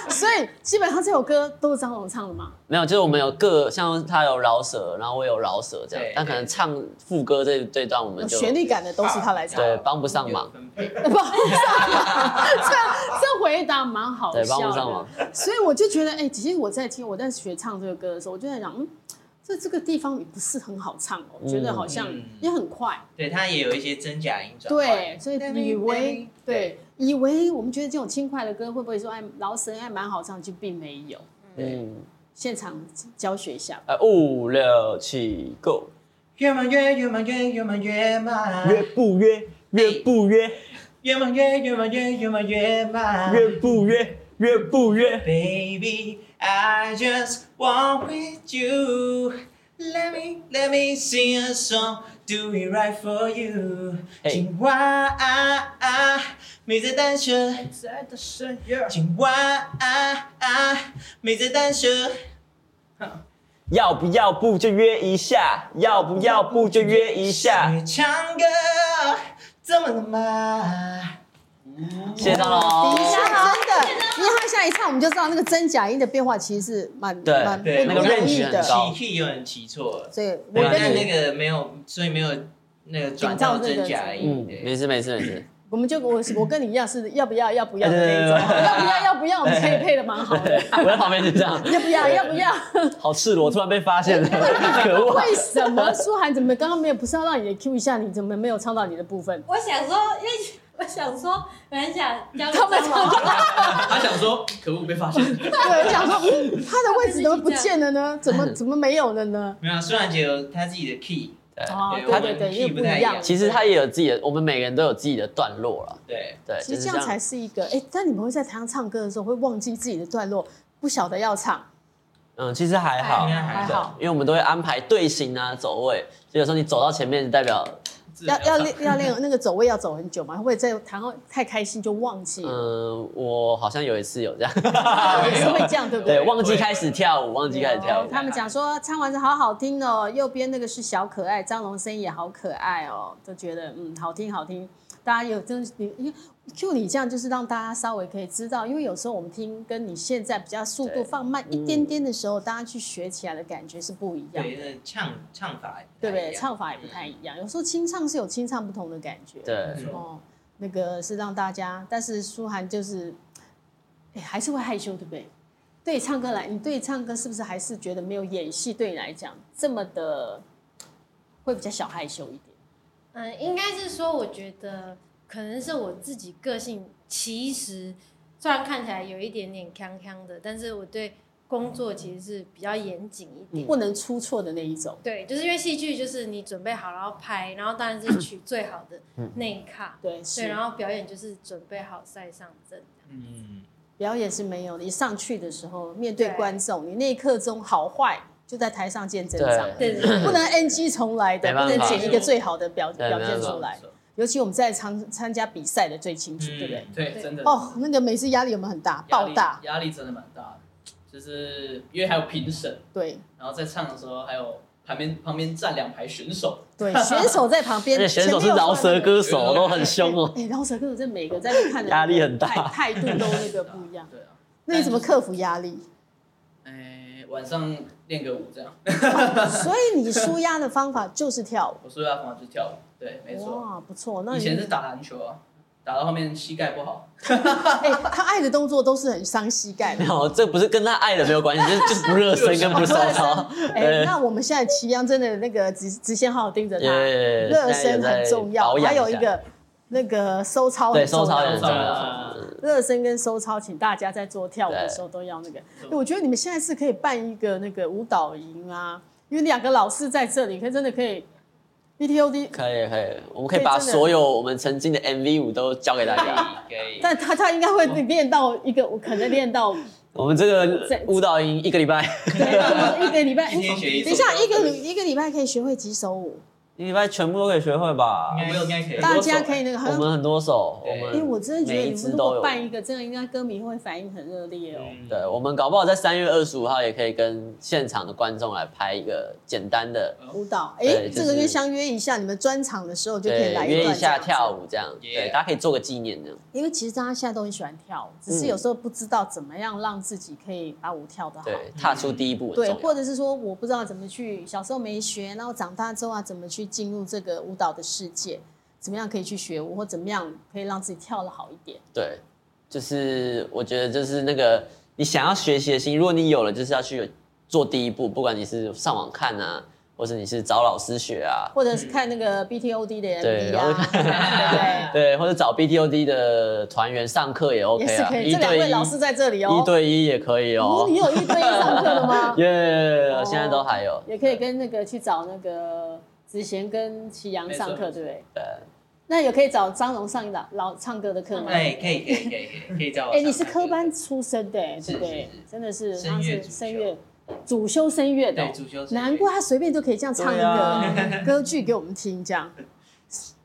[SPEAKER 2] 所以基本上这首歌都是张龙唱的嘛。
[SPEAKER 1] 没有，就是我们有各像他有饶舌，然后我有饶舌这样
[SPEAKER 3] 对，
[SPEAKER 1] 但可能唱副歌这这段我们
[SPEAKER 2] 有
[SPEAKER 1] 就
[SPEAKER 2] 旋律感的都是他来唱，
[SPEAKER 1] 对帮不上忙，
[SPEAKER 3] 分 配
[SPEAKER 2] 不 好意思啊这这回答蛮好
[SPEAKER 1] 对帮
[SPEAKER 2] 笑
[SPEAKER 1] 不上忙
[SPEAKER 2] 的。，所以我就觉得，哎、其实我在听我在学唱这个歌的时候，我就在想，嗯，这这个地方也不是很好唱哦，我觉得好像
[SPEAKER 3] 嗯
[SPEAKER 2] 也很快，
[SPEAKER 3] 对他也有一些真假音转换
[SPEAKER 2] 对，所以以为对
[SPEAKER 3] 对
[SPEAKER 2] 以为我们觉得这种轻快的歌会不会说，哎，老神还蛮好唱，就并没有。
[SPEAKER 1] 嗯，
[SPEAKER 2] 现场教学一下，
[SPEAKER 1] 哎，五六七 go，
[SPEAKER 3] 越忙越越忙越越忙越慢，
[SPEAKER 1] 约不约？约不约？
[SPEAKER 3] 越忙越越忙越越忙越慢。
[SPEAKER 1] 约不约？约不约？
[SPEAKER 3] Baby, I just want with you. Let me, let me sing a song, do it right for you.
[SPEAKER 1] 嘿
[SPEAKER 3] 今晚啊啊，没在单身，
[SPEAKER 5] 在的深夜，
[SPEAKER 3] 今晚啊啊，没在单身。
[SPEAKER 1] 要不要不就约一下？要不要不就约一下？
[SPEAKER 3] 你唱歌怎么了嘛？
[SPEAKER 1] 谢谢张龙
[SPEAKER 2] 的确。啊真的，因为他下一唱，我们就知道那个真假音的变化其实是蛮
[SPEAKER 1] 对
[SPEAKER 2] 蛮
[SPEAKER 3] 对
[SPEAKER 2] 不
[SPEAKER 3] 那个
[SPEAKER 2] 容
[SPEAKER 3] range
[SPEAKER 2] 易
[SPEAKER 1] 很高
[SPEAKER 2] 的，
[SPEAKER 3] 起 key 有点起错了，
[SPEAKER 2] 所以我
[SPEAKER 3] 对，
[SPEAKER 2] 跟
[SPEAKER 3] 但
[SPEAKER 2] 你
[SPEAKER 3] 那个没有，所以没有那个转到真假音。
[SPEAKER 1] 嗯，
[SPEAKER 3] 对
[SPEAKER 1] 没事没事没 事，
[SPEAKER 2] 我们就我我跟你一样是要不要要不要的
[SPEAKER 1] 对对对
[SPEAKER 2] 那一种，要不要要不要，我们可以配的蛮好的。
[SPEAKER 1] 我在旁边就这样，
[SPEAKER 2] 要不要要不要？
[SPEAKER 1] 好赤裸，突然被发现了，可恶！
[SPEAKER 2] 为什么舒涵怎么刚刚没有？不是要让你 Q 一下，你怎么没有唱到你的部分？
[SPEAKER 4] 我想说，因为我想说，我很想教
[SPEAKER 2] 他们
[SPEAKER 4] 张龙
[SPEAKER 5] 他想说可恶被发现，
[SPEAKER 2] 对，我想说，嗯，他的位置怎么不见了呢？怎么怎么没有了呢？
[SPEAKER 3] 啊没有，苏然杰有他自己的 key，
[SPEAKER 1] 对，
[SPEAKER 2] 哦，
[SPEAKER 3] 对
[SPEAKER 2] 对
[SPEAKER 3] 我
[SPEAKER 2] 对
[SPEAKER 3] 们
[SPEAKER 2] 对，
[SPEAKER 3] 屁
[SPEAKER 2] 因为不
[SPEAKER 3] 不
[SPEAKER 2] 一
[SPEAKER 3] 太一
[SPEAKER 2] 样。
[SPEAKER 3] 样
[SPEAKER 1] 其实他也有自己的，我们每个人都有自己的段落了。
[SPEAKER 3] 对，
[SPEAKER 1] 对，
[SPEAKER 2] 其
[SPEAKER 1] 就
[SPEAKER 2] 实
[SPEAKER 1] 是
[SPEAKER 2] 这样才是一个哎，但你们会在台上唱歌的时候会忘记自己的段落，不晓得要唱，
[SPEAKER 1] 嗯，其实还好，
[SPEAKER 3] 应该还
[SPEAKER 2] 还
[SPEAKER 1] 对
[SPEAKER 2] 好，
[SPEAKER 1] 因为我们都会安排队形啊、走位，所以有时候你走到前面，代表
[SPEAKER 5] 自然
[SPEAKER 2] 要要
[SPEAKER 5] 啊唱
[SPEAKER 2] 练要练那个走位要走很久嘛，会不会在台上太开心就忘记了？
[SPEAKER 1] 嗯，我好像有一次有这样，
[SPEAKER 2] 也 是会这样，对不
[SPEAKER 1] 对，
[SPEAKER 2] 对？
[SPEAKER 1] 忘记开始跳舞，忘记开始跳舞。
[SPEAKER 2] 他们讲说唱完是好好听哦，右边那个是小可爱，张龙声音也好可爱哦，都觉得嗯好听好听。大家有真你因为就你这样，就是让大家稍微可以知道，因为有时候我们听跟你现在比较速度
[SPEAKER 1] 对
[SPEAKER 2] 放慢一点点的时候，大家去学起来的感觉是不一样的
[SPEAKER 3] 对，，那唱唱法也
[SPEAKER 2] 对
[SPEAKER 3] 太
[SPEAKER 2] 不对？
[SPEAKER 3] 一样
[SPEAKER 2] 唱法也不太一样，有时候清唱是有清唱不同的感觉。
[SPEAKER 1] 对，
[SPEAKER 5] 没错
[SPEAKER 2] 哦，那个是让大家，但是舒涵就是，哎，还是会害羞，对不对？对唱歌来，你对唱歌是不是还是觉得没有演戏对你来讲这么的，会比较小害羞一点？
[SPEAKER 4] 嗯，应该是说，我觉得可能是我自己个性，其实虽然看起来有一点点康康的，但是我对工作其实是比较严谨一点。
[SPEAKER 1] 嗯
[SPEAKER 2] 不能出错的那一种。
[SPEAKER 4] 对，就是因为戏剧就是你准备好然后拍，然后当然是取最好的那一卡，
[SPEAKER 2] 对，
[SPEAKER 4] 对，
[SPEAKER 2] 是
[SPEAKER 4] 然后表演就是准备好再上阵。
[SPEAKER 3] 嗯，
[SPEAKER 2] 表演是没有的。一上去的时候，面对
[SPEAKER 4] 对
[SPEAKER 2] 观众，你那一刻钟好坏就在台上见真
[SPEAKER 1] 对
[SPEAKER 2] 章，
[SPEAKER 4] 对对对
[SPEAKER 2] 不能 NG 重来的，
[SPEAKER 1] 没
[SPEAKER 2] 不
[SPEAKER 1] 办法
[SPEAKER 2] 能捡一个最好的表
[SPEAKER 1] 对
[SPEAKER 2] 表现
[SPEAKER 1] 没办法
[SPEAKER 2] 出来。尤其我们在参参加比赛的最清
[SPEAKER 1] 嗯
[SPEAKER 2] 楚，对不对？
[SPEAKER 5] 对，
[SPEAKER 4] 对
[SPEAKER 5] 真的
[SPEAKER 2] 哦，那个每次压力有没有很大？
[SPEAKER 5] 压
[SPEAKER 2] 爆
[SPEAKER 5] 力
[SPEAKER 2] 大，
[SPEAKER 5] 压力真的蛮大的，就是因为还有评审，
[SPEAKER 2] 对
[SPEAKER 5] 然后在唱的时候还有旁边旁边站两排选手，
[SPEAKER 2] 对，选手在旁
[SPEAKER 1] 而
[SPEAKER 2] 边，
[SPEAKER 1] 且选手
[SPEAKER 2] 前
[SPEAKER 1] 是
[SPEAKER 2] 面有
[SPEAKER 1] 饶舌歌
[SPEAKER 5] 有
[SPEAKER 1] 手，
[SPEAKER 5] 有
[SPEAKER 1] 都很凶哦。
[SPEAKER 2] 哎、饶舌歌手这每个在那看的
[SPEAKER 1] 压力很大
[SPEAKER 2] 态态度都那个不一 样。
[SPEAKER 5] 对啊，
[SPEAKER 2] 那你怎么克服压力？
[SPEAKER 5] 哎，晚上练个舞这样，
[SPEAKER 2] 所以你舒压的方法就是跳舞。
[SPEAKER 5] 我说要房就跳舞，对，没错，
[SPEAKER 2] 哇，不错。那
[SPEAKER 5] 以
[SPEAKER 2] 你
[SPEAKER 5] 前是打篮球啊，打到后面膝盖不好，
[SPEAKER 2] 哎、他爱的动作都是很伤膝盖的
[SPEAKER 1] 没。有，这不是跟他爱的没有关系，就是就是不热身跟不烧烤。
[SPEAKER 2] 哎、那我们现在齐阳真的那个直直线好好盯着他，
[SPEAKER 1] 耶
[SPEAKER 2] 热身很重要。
[SPEAKER 1] 现在有在保养
[SPEAKER 2] 还
[SPEAKER 1] 一下
[SPEAKER 2] 有一个那个收操
[SPEAKER 1] 对，
[SPEAKER 2] 很
[SPEAKER 1] 收
[SPEAKER 2] 重
[SPEAKER 1] 操
[SPEAKER 2] 要
[SPEAKER 1] 也很重要
[SPEAKER 5] 啊。
[SPEAKER 2] 热身跟收操，请大家在做跳舞的时候都要那个。哎我觉得你们现在是可以办一个那个舞蹈营啊，因为两个老师在这里，可以真的可以 B T O D，
[SPEAKER 1] 可以可以，我们可以把所有我们曾经的 MV 舞都教给大
[SPEAKER 3] 可
[SPEAKER 1] 家。
[SPEAKER 3] 以可以，
[SPEAKER 5] 哦
[SPEAKER 2] 但他他应该会练到一个，我可能练到
[SPEAKER 1] 我们这个舞蹈营一个礼拜，
[SPEAKER 2] 对一个礼拜。哎
[SPEAKER 3] 一天学一
[SPEAKER 2] 等
[SPEAKER 3] 首
[SPEAKER 2] 一下，一个礼一个礼拜可以学会几首舞，
[SPEAKER 1] 一个礼拜全部都可以学会吧
[SPEAKER 3] 应？该应该可以，
[SPEAKER 2] 大家可以那个好
[SPEAKER 1] 我
[SPEAKER 2] 像，
[SPEAKER 1] 们很多首，我
[SPEAKER 3] 对
[SPEAKER 2] 因为
[SPEAKER 1] 们
[SPEAKER 2] 我真的觉得
[SPEAKER 1] 每一
[SPEAKER 2] 你们
[SPEAKER 1] 支
[SPEAKER 2] 如
[SPEAKER 1] 都
[SPEAKER 2] 果
[SPEAKER 1] 有。
[SPEAKER 2] 办一个这样，应该歌迷会反应很热烈哦。
[SPEAKER 3] 嗯
[SPEAKER 1] 对，我们搞不好在三月二十五号也可以跟现场的观众来拍一个简单的，
[SPEAKER 2] 舞蹈，哎、
[SPEAKER 1] 对就是
[SPEAKER 2] 这个跟相约一下，你们专场的时候就可以
[SPEAKER 1] 对
[SPEAKER 2] 来，
[SPEAKER 1] 约
[SPEAKER 2] 段
[SPEAKER 1] 一下
[SPEAKER 2] 这样子
[SPEAKER 1] 跳舞这样，对，
[SPEAKER 3] Yeah
[SPEAKER 1] 大家可以做个纪念这样。
[SPEAKER 2] 因为其实大家现在都很喜欢跳舞，只是有时候不知道怎么样让自己可以把舞跳得
[SPEAKER 1] 嗯
[SPEAKER 2] 好。
[SPEAKER 1] 对，踏出第一步很
[SPEAKER 2] 对，
[SPEAKER 1] 重
[SPEAKER 2] 或
[SPEAKER 1] 要。
[SPEAKER 2] 者是说我不知道怎么去，小时候没学，然后长大之后啊，怎么去进入这个舞蹈的世界？怎么样可以去学舞，或怎么样可以让自己跳得好一点？
[SPEAKER 1] 对，就是我觉得就是那个你想要学习的心，如果你有了，就是要去做第一步，不管你是上网看啊，或者你是找老师学啊，
[SPEAKER 2] 或者是看那个 BTOD 的
[SPEAKER 1] 对
[SPEAKER 2] MV
[SPEAKER 1] 然后
[SPEAKER 2] 啊，对不 对？
[SPEAKER 1] 对，啊或者找 BTOD 的团员上课也 OK
[SPEAKER 2] 也是
[SPEAKER 1] 啊，
[SPEAKER 2] 可以。
[SPEAKER 1] 一
[SPEAKER 2] 这两
[SPEAKER 1] 对
[SPEAKER 2] 位
[SPEAKER 1] 一
[SPEAKER 2] 老师在这里哦。
[SPEAKER 1] 一对一也可以
[SPEAKER 2] 哦
[SPEAKER 1] 哦，
[SPEAKER 2] 你。有一对一上课 的吗？
[SPEAKER 1] 耶，
[SPEAKER 2] 哦
[SPEAKER 1] 现在都还有。
[SPEAKER 2] 也可以跟那个去找那个子贤跟祁阳上课，
[SPEAKER 5] 没错
[SPEAKER 2] 对不对？
[SPEAKER 1] 对
[SPEAKER 2] 那也可以找张荣上老老唱歌的课吗？
[SPEAKER 3] 哎，可以可以可以可以可以找我。
[SPEAKER 2] 哎，你是科班，出身的，哎对
[SPEAKER 3] 是
[SPEAKER 2] 不对
[SPEAKER 3] 是是？
[SPEAKER 2] 真的是，
[SPEAKER 3] 声
[SPEAKER 2] 他
[SPEAKER 3] 乐
[SPEAKER 2] 是
[SPEAKER 3] 主
[SPEAKER 2] 声
[SPEAKER 3] 修
[SPEAKER 2] 乐主修声乐的
[SPEAKER 3] 对，
[SPEAKER 2] 哦，
[SPEAKER 3] 主修生
[SPEAKER 2] 难怪他随便就可以这样唱一
[SPEAKER 1] 对啊
[SPEAKER 2] 个歌剧给我们听， 这样。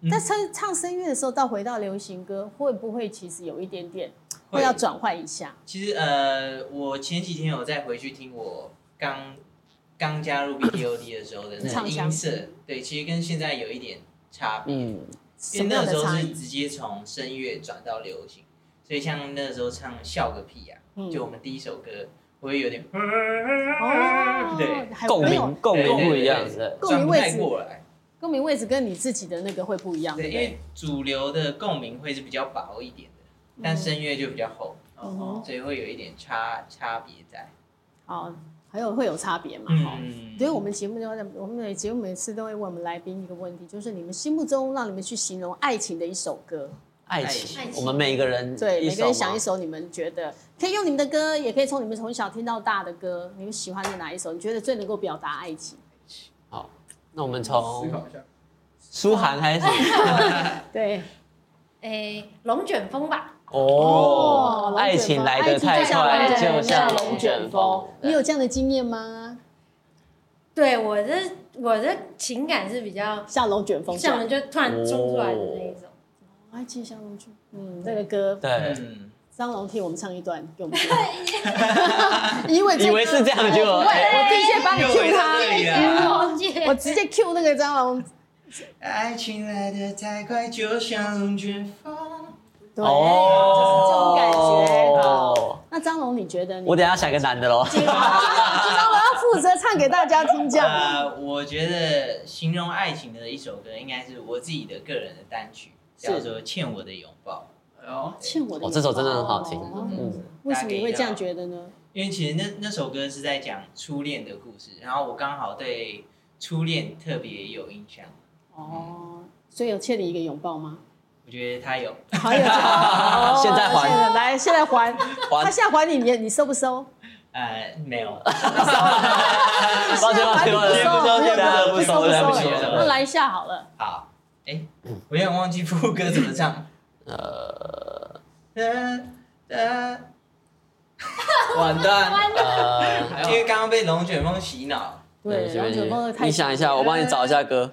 [SPEAKER 3] 嗯
[SPEAKER 2] 但唱唱声乐的时候，到回到流行歌，会不会其实有一点点会要转换一下？
[SPEAKER 3] 其实呃，我前几天有再回去听我刚刚加入 BTOD 的时候的那
[SPEAKER 2] 唱
[SPEAKER 3] 个
[SPEAKER 2] 腔
[SPEAKER 3] 音色，对，其实跟现在有一点差别，
[SPEAKER 1] 嗯，
[SPEAKER 2] 什
[SPEAKER 3] 因为
[SPEAKER 2] 么样
[SPEAKER 3] 那个时
[SPEAKER 2] 的
[SPEAKER 3] 候
[SPEAKER 2] 差
[SPEAKER 3] 是
[SPEAKER 2] 异？
[SPEAKER 3] 直接从声乐转到流行，所以像那时候唱《笑个屁呀、
[SPEAKER 2] 嗯
[SPEAKER 3] 就我们第一首歌，我会有点
[SPEAKER 5] 嗯
[SPEAKER 2] 哦
[SPEAKER 3] 对，
[SPEAKER 2] 还有
[SPEAKER 1] 共
[SPEAKER 2] 没有
[SPEAKER 1] 鸣共
[SPEAKER 3] 对
[SPEAKER 1] 鸣
[SPEAKER 3] 对
[SPEAKER 1] 不一样，
[SPEAKER 3] 对
[SPEAKER 1] 对
[SPEAKER 2] 共鸣位置
[SPEAKER 3] 转不太过来。
[SPEAKER 2] 共鸣位置跟你自己的那个会不一样，对
[SPEAKER 3] 对，
[SPEAKER 2] 不
[SPEAKER 3] 因
[SPEAKER 2] 对？
[SPEAKER 3] 为主流的共鸣会是比较薄一点的，但声乐就比较厚，
[SPEAKER 2] 嗯哼
[SPEAKER 3] 所以会有一点差差别在。
[SPEAKER 2] 哦，还有会有差别嘛？哈、
[SPEAKER 3] 嗯，
[SPEAKER 2] 所以我们节目就在我们每节目每次都会问我们来宾一个问题，就是你们心目中让你们去形容爱情的一首歌，
[SPEAKER 1] 爱
[SPEAKER 3] 爱
[SPEAKER 1] 情，
[SPEAKER 4] 情
[SPEAKER 1] 我们每个人
[SPEAKER 2] 对，
[SPEAKER 1] 一
[SPEAKER 2] 每个
[SPEAKER 1] 首
[SPEAKER 2] 人
[SPEAKER 1] 嘛
[SPEAKER 2] 想一首你们觉得可以用你们的歌，也可以从你们从小听到大的歌，你们喜欢的哪一首？你觉得最能够表达爱情？
[SPEAKER 1] 好，那我们
[SPEAKER 5] 思
[SPEAKER 1] 从
[SPEAKER 5] 考一下。
[SPEAKER 1] 舒涵开始
[SPEAKER 2] 对，
[SPEAKER 4] 诶，龙卷风吧，
[SPEAKER 1] 哦
[SPEAKER 2] 哦龙卷，风
[SPEAKER 1] 爱情来得太快，
[SPEAKER 4] 爱情
[SPEAKER 1] 就
[SPEAKER 4] 就
[SPEAKER 1] 像
[SPEAKER 4] 像
[SPEAKER 1] 龙
[SPEAKER 4] 龙
[SPEAKER 1] 卷
[SPEAKER 4] 卷
[SPEAKER 1] 风。
[SPEAKER 2] 你有这样的经验吗？
[SPEAKER 4] 对我的我的情感是比较
[SPEAKER 2] 像龙卷风这
[SPEAKER 4] 像
[SPEAKER 2] 样，
[SPEAKER 4] 人就突然冲出来的那一种。
[SPEAKER 2] 我还记得像龙卷，嗯，这个歌
[SPEAKER 1] 对，
[SPEAKER 3] 嗯，
[SPEAKER 2] 张龙替我们唱一段给我们听，因为这
[SPEAKER 1] 以
[SPEAKER 2] 个
[SPEAKER 1] 为是这样就
[SPEAKER 2] 我不会，我第一先帮你
[SPEAKER 3] 又
[SPEAKER 2] Q
[SPEAKER 3] 回到
[SPEAKER 2] 他
[SPEAKER 3] 这，里
[SPEAKER 4] 哎
[SPEAKER 3] 啊！
[SPEAKER 4] 了解
[SPEAKER 2] 我直接 Q 那个张龙，
[SPEAKER 3] 爱情来得太快，就像龙卷风。
[SPEAKER 2] 对，
[SPEAKER 1] 哦
[SPEAKER 2] 就是这种感觉。
[SPEAKER 1] 哦
[SPEAKER 2] 好，那张龙，你觉得你？
[SPEAKER 1] 我等一下想一个男的喽。
[SPEAKER 2] 张龙要负责唱给大家听，这样。
[SPEAKER 3] 啊，我觉得形容爱情嗯的一首歌，应该是我自己的个人的单曲，叫做《欠我的拥抱
[SPEAKER 5] 哎呦，
[SPEAKER 2] 欠我 的。
[SPEAKER 1] 哦，这首真的很好听。嗯，
[SPEAKER 2] 为什么你会这样
[SPEAKER 3] 得？
[SPEAKER 2] 觉得呢？
[SPEAKER 3] 因为其实那那首歌是在讲初恋的故事，然后我刚好对初恋特别有印象，
[SPEAKER 2] 哦，所以有欠你一个拥抱吗？
[SPEAKER 3] 我觉得他有。
[SPEAKER 2] 好有哦
[SPEAKER 1] 现在还
[SPEAKER 2] 现来，现在还，
[SPEAKER 1] 还
[SPEAKER 2] 他现在还你，你你收不收？
[SPEAKER 3] 呃，没有，
[SPEAKER 1] 抱歉抱歉抱歉，
[SPEAKER 2] 还你不
[SPEAKER 1] 不收
[SPEAKER 2] 收，不
[SPEAKER 1] 不
[SPEAKER 2] 收
[SPEAKER 1] 收
[SPEAKER 2] 不收，那来一下好了。
[SPEAKER 3] 好，哎，我有点忘记副歌怎 么 唱。
[SPEAKER 1] 呃
[SPEAKER 3] 哒哒
[SPEAKER 5] 完蛋，
[SPEAKER 1] 呃，
[SPEAKER 5] 还
[SPEAKER 3] 因为
[SPEAKER 5] 有
[SPEAKER 3] 刚刚被龙卷风洗脑，
[SPEAKER 2] 对，
[SPEAKER 1] 随
[SPEAKER 2] 然后
[SPEAKER 1] 便
[SPEAKER 2] 九梦的太。
[SPEAKER 1] 你想一下，我帮你找一下歌。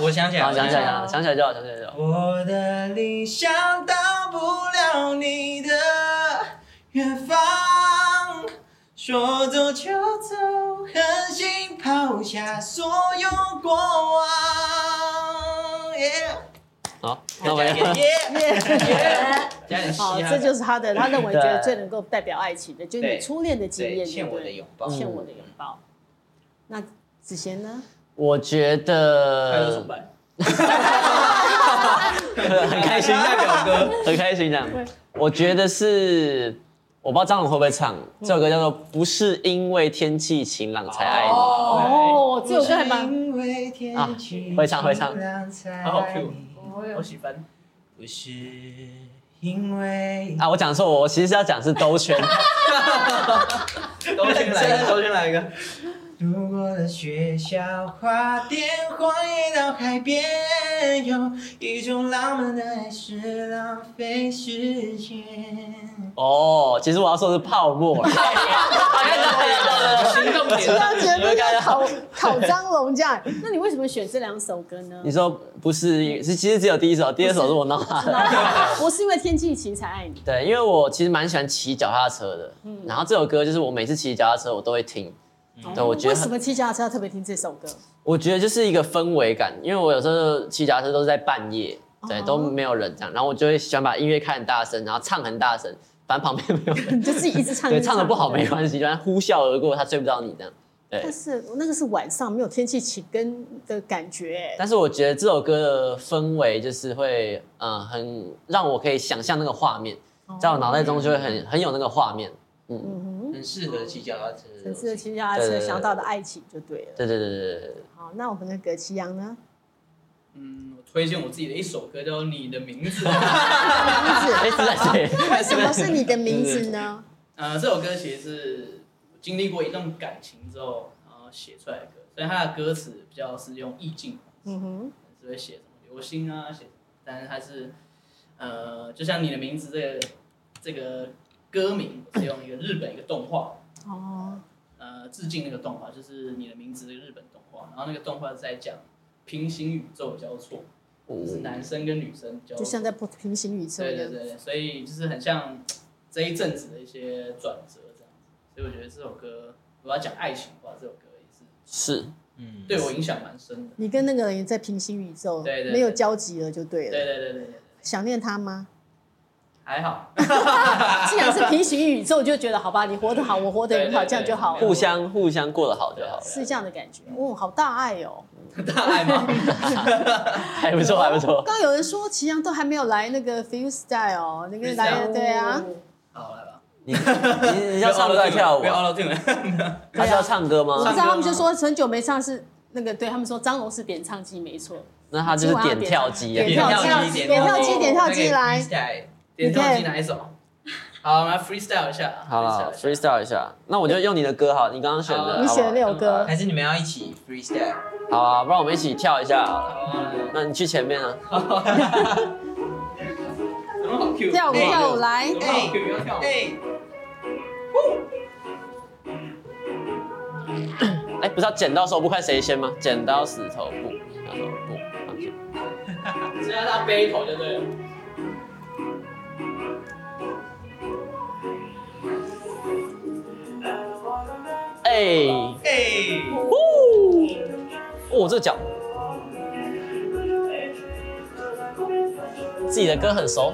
[SPEAKER 3] 我想起来
[SPEAKER 1] 好，
[SPEAKER 3] 了，
[SPEAKER 1] 想起来了，想起来就好，想起来就好。
[SPEAKER 3] 我的理想到不了你的远方，说走就走，狠心抛下所有过往。耶
[SPEAKER 1] 好，那我们
[SPEAKER 5] 加点嘻
[SPEAKER 2] 好，
[SPEAKER 5] 哈
[SPEAKER 2] 哦这
[SPEAKER 5] 的。
[SPEAKER 2] 就是他的，他认为觉得
[SPEAKER 1] 对
[SPEAKER 2] 最能够代表爱情的，就是你
[SPEAKER 3] 对
[SPEAKER 2] 初恋的经
[SPEAKER 3] 对，
[SPEAKER 2] 验，
[SPEAKER 3] 欠
[SPEAKER 2] 对不
[SPEAKER 3] 我的
[SPEAKER 2] 对嗯
[SPEAKER 3] 拥？抱，
[SPEAKER 1] 嗯
[SPEAKER 2] 欠我的拥抱。那子贤呢？
[SPEAKER 1] 我觉得
[SPEAKER 5] 还
[SPEAKER 3] 呃
[SPEAKER 5] 有崇拜，
[SPEAKER 1] 很开心，代表 歌，很开心这样。我觉得是，我不知道张龙会不会唱
[SPEAKER 2] 嗯
[SPEAKER 1] 这首歌，叫做《不是因为天气晴朗才爱你》。
[SPEAKER 3] 哎
[SPEAKER 2] 哦，这首歌还蛮
[SPEAKER 3] 因为天
[SPEAKER 1] 啊
[SPEAKER 3] 气
[SPEAKER 1] 会唱会唱
[SPEAKER 3] 晴朗才
[SPEAKER 5] 好好
[SPEAKER 3] 爱
[SPEAKER 5] Q
[SPEAKER 3] 你
[SPEAKER 2] 哦
[SPEAKER 5] 我喜 欢。
[SPEAKER 3] 不是因为
[SPEAKER 1] 啊，我讲错，我其实要讲是兜圈。
[SPEAKER 5] 都先来一个，都先来一个。
[SPEAKER 3] 路过了学校花店，荒野到海边，有一种浪漫的爱是浪费时间。
[SPEAKER 1] 哦，其实我要说的是 泡沫。
[SPEAKER 5] 行动点
[SPEAKER 2] 让觉得要考考张龙这样。那你为什么选这两首歌呢
[SPEAKER 1] 你？说不是，是其实只有第一首，第二首是我闹的。
[SPEAKER 2] 我啊是因为天气晴才爱你。
[SPEAKER 1] 对，因为我其实蛮喜欢骑脚踏车的，然后这首歌就是我每次骑脚踏车我都会听。
[SPEAKER 3] 嗯
[SPEAKER 1] 对，我觉
[SPEAKER 2] 为
[SPEAKER 1] 得
[SPEAKER 2] 什
[SPEAKER 1] 很
[SPEAKER 2] 么骑脚踏车要特别听这首歌？
[SPEAKER 1] 我觉得就是一个氛围感，因为我有时候骑脚踏车都是在半夜，对，都没有人这样，然后我就会喜欢把音乐开很大声，然后唱很大声，反正旁边没有人
[SPEAKER 2] 你，就自己一直唱，
[SPEAKER 1] 对，
[SPEAKER 2] 一 直
[SPEAKER 1] 唱的不好没。
[SPEAKER 2] 对
[SPEAKER 1] 关系，反正呼啸而过，他追不到你这样。
[SPEAKER 2] 但是那个是晚上，没有天气起跟的感觉。
[SPEAKER 1] 但是我觉得这首歌的氛围就是会，嗯、很让我可以想象那个画面，在我脑袋中就会很很有那个画面。
[SPEAKER 2] 嗯
[SPEAKER 3] 很适合骑脚踏车的
[SPEAKER 2] 很
[SPEAKER 3] 东西，
[SPEAKER 2] 适合骑脚踏
[SPEAKER 1] 对
[SPEAKER 2] 车
[SPEAKER 1] 对对
[SPEAKER 2] 想到的爱情就对了。
[SPEAKER 1] 对对对对对对。
[SPEAKER 2] 好，那我们的葛其阳呢？
[SPEAKER 5] 嗯，我推荐我自己的一首歌，叫《你的名字》。
[SPEAKER 1] 哎、是在谁？
[SPEAKER 2] 为什么是你的名字呢？
[SPEAKER 5] 呃，这首歌其实是我经历过一段感情之后，然后写出来的歌，所以它的歌词比较是用意境，
[SPEAKER 2] 嗯哼，
[SPEAKER 5] 是会写什么流星啊，写，但是它是，呃，就像你的名字这个这个歌名是用一个日本一个动画，
[SPEAKER 2] 哦，
[SPEAKER 5] 呃，致敬那个动画，就是你的名字这个日本动画，然后那个动画是在讲平行宇宙交错，就是男生跟女生交
[SPEAKER 2] 就
[SPEAKER 5] 错
[SPEAKER 2] 像，在不平行宇宙
[SPEAKER 5] 对对
[SPEAKER 2] 的。
[SPEAKER 5] 对，所以就是很像这一阵子的一些转折这样子，所以我觉得这首歌如果要讲爱情的话，这首歌也是
[SPEAKER 1] 是，
[SPEAKER 3] 嗯，
[SPEAKER 5] 对我影响蛮深的。
[SPEAKER 2] 你跟那个人在平行宇宙，
[SPEAKER 5] 对对对
[SPEAKER 2] 没有交集了就对
[SPEAKER 5] 对
[SPEAKER 2] 了。
[SPEAKER 5] 对对对对，对
[SPEAKER 2] 想念他吗？
[SPEAKER 5] 还好，
[SPEAKER 2] 既然是平行宇宙，就觉得好吧，你活得好，我活得很好，
[SPEAKER 5] 对对对
[SPEAKER 2] 这样就好
[SPEAKER 5] 对
[SPEAKER 1] 互
[SPEAKER 2] 了，
[SPEAKER 1] 相互相过得好就好了，
[SPEAKER 2] 是这样的感觉。哦，好大爱哦！
[SPEAKER 5] 大爱吗？
[SPEAKER 1] 还不错，还不错。
[SPEAKER 2] 刚刚有人说祁阳都还没有来那个 Feel Style，哦，那个来
[SPEAKER 5] Freestyle
[SPEAKER 2] 对啊，
[SPEAKER 4] 哦
[SPEAKER 5] 好来吧，
[SPEAKER 1] 你你你要唱歌还是跳舞
[SPEAKER 5] 不要
[SPEAKER 1] 啊？
[SPEAKER 5] auto tune，
[SPEAKER 1] 他是要唱歌吗
[SPEAKER 2] 我不
[SPEAKER 5] 唱
[SPEAKER 2] 知
[SPEAKER 5] 歌
[SPEAKER 2] 道
[SPEAKER 5] 吗
[SPEAKER 2] 他们就说很久没唱是那个，对他们说张龙是点唱机没错，
[SPEAKER 1] 那他就是点跳机啊，
[SPEAKER 2] 点跳机，
[SPEAKER 3] 点
[SPEAKER 2] 点
[SPEAKER 3] 跳
[SPEAKER 2] 跳
[SPEAKER 3] 机
[SPEAKER 2] 机，点跳机来，
[SPEAKER 3] 来，
[SPEAKER 5] 点跳机哪一首？好，我们来 freestyle 一下。啊
[SPEAKER 1] 好了
[SPEAKER 5] freestyle 一下
[SPEAKER 1] ，freestyle 一下。那我就用你的歌好，你刚刚选的，
[SPEAKER 5] 好
[SPEAKER 1] 好
[SPEAKER 5] 啊
[SPEAKER 1] 不
[SPEAKER 2] 你
[SPEAKER 1] 好
[SPEAKER 2] 选的六歌
[SPEAKER 5] 好
[SPEAKER 3] 还是你们要一起 freestyle？
[SPEAKER 1] 好啊，不然我们一起跳一下好了。
[SPEAKER 5] 啊，
[SPEAKER 1] 那你去前面啊。
[SPEAKER 5] 怎么好 Q？
[SPEAKER 2] 跳舞
[SPEAKER 5] 哎
[SPEAKER 2] 跳舞来
[SPEAKER 5] 怎么好 Q？要跳舞。
[SPEAKER 3] 哎，
[SPEAKER 1] 哎，不是要剪刀手布看谁先吗？剪刀石头布，剪刀石头布，放弃。
[SPEAKER 5] 现在他背头就对了。
[SPEAKER 1] 哎，
[SPEAKER 3] 哎，
[SPEAKER 1] 呜，哦，这个脚，自己的歌很熟。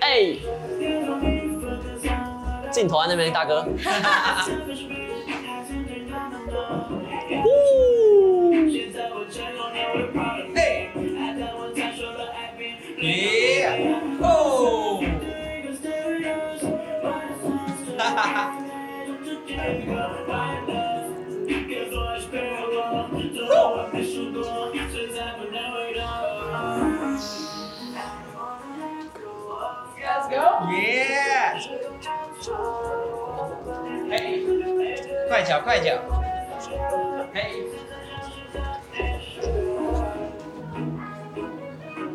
[SPEAKER 1] 哎，镜头在那边，大哥。 呜，
[SPEAKER 3] 哎，哦，哈哈哈。Let's go. Yeah. 嘿，快脚快脚。嘿。